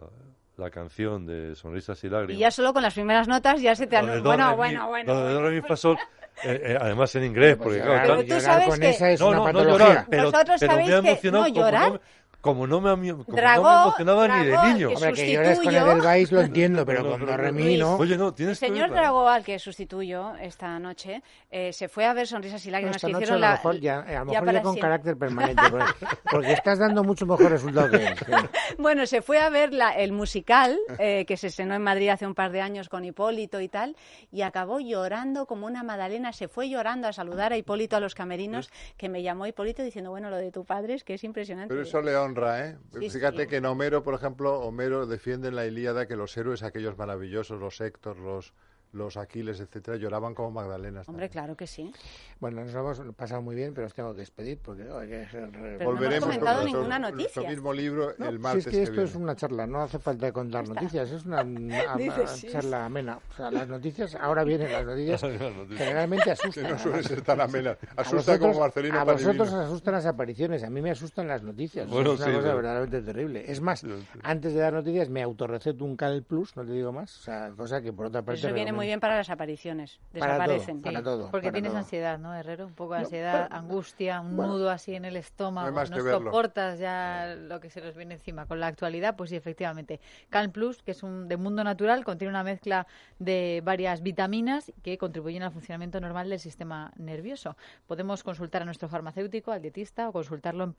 [SPEAKER 5] la canción de Sonrisas y Lágrimas.
[SPEAKER 3] Y ya solo con las primeras notas ya se te
[SPEAKER 5] Lo de
[SPEAKER 3] anula. Bueno,
[SPEAKER 5] Do, Re,
[SPEAKER 3] bueno,
[SPEAKER 5] Mi-
[SPEAKER 3] bueno,
[SPEAKER 5] lo de Do,
[SPEAKER 3] bueno.
[SPEAKER 5] Re, Mi, Fa, Sol, eh, eh, además en inglés,
[SPEAKER 2] Pues
[SPEAKER 5] porque
[SPEAKER 2] llorar,
[SPEAKER 5] claro,
[SPEAKER 3] Pero tú
[SPEAKER 2] llorar
[SPEAKER 3] sabes
[SPEAKER 2] con
[SPEAKER 3] que-
[SPEAKER 2] esa es
[SPEAKER 5] no,
[SPEAKER 2] una
[SPEAKER 5] no, no
[SPEAKER 2] patología.
[SPEAKER 5] llorar, pero,
[SPEAKER 3] Vosotros
[SPEAKER 5] pero me
[SPEAKER 3] sabéis
[SPEAKER 5] ha
[SPEAKER 3] que
[SPEAKER 5] emocionado
[SPEAKER 3] no
[SPEAKER 5] como
[SPEAKER 3] llorar
[SPEAKER 5] me- como no me, ami- como no me
[SPEAKER 3] Dragó-
[SPEAKER 5] emocionaba ni de
[SPEAKER 3] Dragó,
[SPEAKER 5] niño.
[SPEAKER 3] que
[SPEAKER 2] Hombre, que llores con el
[SPEAKER 3] Sustituyo.
[SPEAKER 2] del Vais lo entiendo, pero
[SPEAKER 5] No,
[SPEAKER 2] con
[SPEAKER 5] pero-
[SPEAKER 2] Dorremí, ¿no?
[SPEAKER 5] Oye, no, tienes
[SPEAKER 3] El señor
[SPEAKER 5] toda la-
[SPEAKER 3] Dragó, al que sustituyo esta noche, eh, se fue a ver Sonrisas y
[SPEAKER 2] No,
[SPEAKER 3] Lágrimas
[SPEAKER 2] esta
[SPEAKER 3] que
[SPEAKER 2] noche
[SPEAKER 3] hicieron
[SPEAKER 2] a lo
[SPEAKER 3] la...
[SPEAKER 2] mejor ya, a lo mejor ya
[SPEAKER 3] para
[SPEAKER 2] con
[SPEAKER 3] siempre.
[SPEAKER 2] carácter permanente, porque, porque estás dando mucho mejor resultado que él. sí.
[SPEAKER 3] Bueno, se fue a ver la- el musical eh, que se estrenó en Madrid hace un par de años con Hipólito y tal, y acabó llorando como una magdalena. Se fue llorando a saludar a Hipólito a los camerinos, que me llamó Hipólito diciendo, bueno, lo de tu padre es que es impresionante.
[SPEAKER 4] Pero eso le honra, ¿eh?
[SPEAKER 3] Sí,
[SPEAKER 4] Fíjate
[SPEAKER 3] sí.
[SPEAKER 4] que en Homero, por ejemplo, Homero defiende en la Ilíada que los héroes, aquellos maravillosos, los Héctor, los, los Aquiles, etcétera, lloraban como magdalenas.
[SPEAKER 3] Hombre,
[SPEAKER 4] también.
[SPEAKER 3] claro que sí.
[SPEAKER 2] Bueno, nos lo hemos pasado muy bien, pero os tengo que despedir porque oh, hay que-
[SPEAKER 3] Pero no hemos
[SPEAKER 4] Volveremos
[SPEAKER 3] comentado
[SPEAKER 4] con nuestro-
[SPEAKER 3] ninguna
[SPEAKER 4] nuestro
[SPEAKER 3] noticia.
[SPEAKER 4] mismo libro
[SPEAKER 2] No,
[SPEAKER 4] el
[SPEAKER 2] si
[SPEAKER 4] martes
[SPEAKER 2] es que esto
[SPEAKER 4] viene.
[SPEAKER 2] es una charla, no hace falta contar noticias, es una, una-
[SPEAKER 3] Dices, sí,
[SPEAKER 2] charla amena. O sea, las noticias, ahora vienen las noticias,
[SPEAKER 5] Las noticias.
[SPEAKER 2] generalmente asustan.
[SPEAKER 4] Que no
[SPEAKER 2] además.
[SPEAKER 4] suele ser tan amena.
[SPEAKER 2] A
[SPEAKER 4] Asusta
[SPEAKER 2] vosotros-
[SPEAKER 4] como Marcelino
[SPEAKER 2] A vosotros
[SPEAKER 4] Panivino.
[SPEAKER 2] os asustan las apariciones, a mí me asustan las noticias.
[SPEAKER 5] Bueno,
[SPEAKER 2] es una
[SPEAKER 5] sí,
[SPEAKER 2] cosa
[SPEAKER 5] pero-
[SPEAKER 2] verdaderamente terrible. Es más, antes de dar noticias me autorreceto un Cal Plus, no te digo más. O sea, cosa que por otra parte...
[SPEAKER 3] Eso viene
[SPEAKER 2] realmente-
[SPEAKER 3] muy bien para las apariciones.
[SPEAKER 2] Para todo,
[SPEAKER 3] Desaparecen.
[SPEAKER 2] para
[SPEAKER 3] Sí.
[SPEAKER 2] todo,
[SPEAKER 6] Porque
[SPEAKER 2] para
[SPEAKER 6] tienes
[SPEAKER 2] todo.
[SPEAKER 6] ansiedad, ¿no, Herrero? Un poco de ansiedad, angustia, un
[SPEAKER 2] bueno.
[SPEAKER 6] nudo así en el estómago.
[SPEAKER 4] más que verlo.
[SPEAKER 6] soportas ya lo que se nos viene encima con la actualidad. Pues sí, efectivamente. Calm Plus, que es un de mundo natural, contiene una mezcla de varias vitaminas que contribuyen al funcionamiento normal del sistema nervioso. Podemos consultar a nuestro farmacéutico, al dietista, o consultarlo en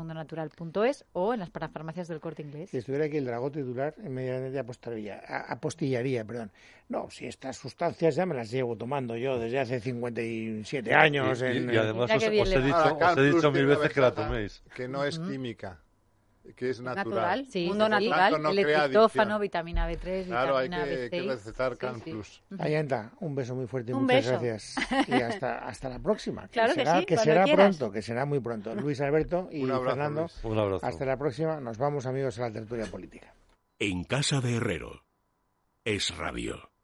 [SPEAKER 6] parafarmaciamundonatural.es o en las parafarmacias del Corte Inglés.
[SPEAKER 2] Si estuviera aquí el dragón titular, inmediatamente apostaría, a- apostillaría, perdón. No, si estas sustancias ya me las llevo tomando yo desde hace 57 años.
[SPEAKER 5] Y, y-
[SPEAKER 2] en,
[SPEAKER 5] y además
[SPEAKER 6] Mira
[SPEAKER 5] os,
[SPEAKER 6] qué bien
[SPEAKER 5] os
[SPEAKER 6] le
[SPEAKER 5] he
[SPEAKER 6] va.
[SPEAKER 2] Ah,
[SPEAKER 4] Ahora,
[SPEAKER 5] dicho, os he
[SPEAKER 4] Carl
[SPEAKER 5] dicho
[SPEAKER 4] Plus
[SPEAKER 5] mil
[SPEAKER 4] tiene la
[SPEAKER 5] veces que la
[SPEAKER 4] ventaja
[SPEAKER 5] toméis.
[SPEAKER 4] Que no es química, que es natural.
[SPEAKER 3] Natural,
[SPEAKER 6] Sí,
[SPEAKER 3] mundo
[SPEAKER 6] sí, sí.
[SPEAKER 3] natural.
[SPEAKER 4] Tanto no
[SPEAKER 6] el
[SPEAKER 4] crea
[SPEAKER 6] triptófano,
[SPEAKER 4] adicción.
[SPEAKER 6] vitamina B3,
[SPEAKER 4] Claro, hay
[SPEAKER 6] vitamina
[SPEAKER 4] que, que
[SPEAKER 6] B6.
[SPEAKER 4] recetar
[SPEAKER 6] Sí,
[SPEAKER 4] Can
[SPEAKER 6] sí.
[SPEAKER 4] Plus.
[SPEAKER 2] Ayanta, un beso muy fuerte y
[SPEAKER 3] Un
[SPEAKER 2] muchas
[SPEAKER 3] beso.
[SPEAKER 2] gracias. Y hasta, hasta la próxima.
[SPEAKER 3] Claro que
[SPEAKER 2] será,
[SPEAKER 3] sí,
[SPEAKER 2] que
[SPEAKER 3] cuando
[SPEAKER 2] será
[SPEAKER 3] quieras.
[SPEAKER 2] pronto, que será muy pronto. Luis Alberto y
[SPEAKER 4] Un abrazo,
[SPEAKER 2] Fernando,
[SPEAKER 4] Luis.
[SPEAKER 5] Un abrazo.
[SPEAKER 2] hasta la próxima. Nos vamos, amigos, a la tertulia política.
[SPEAKER 1] En casa de Herrero. Es Radio.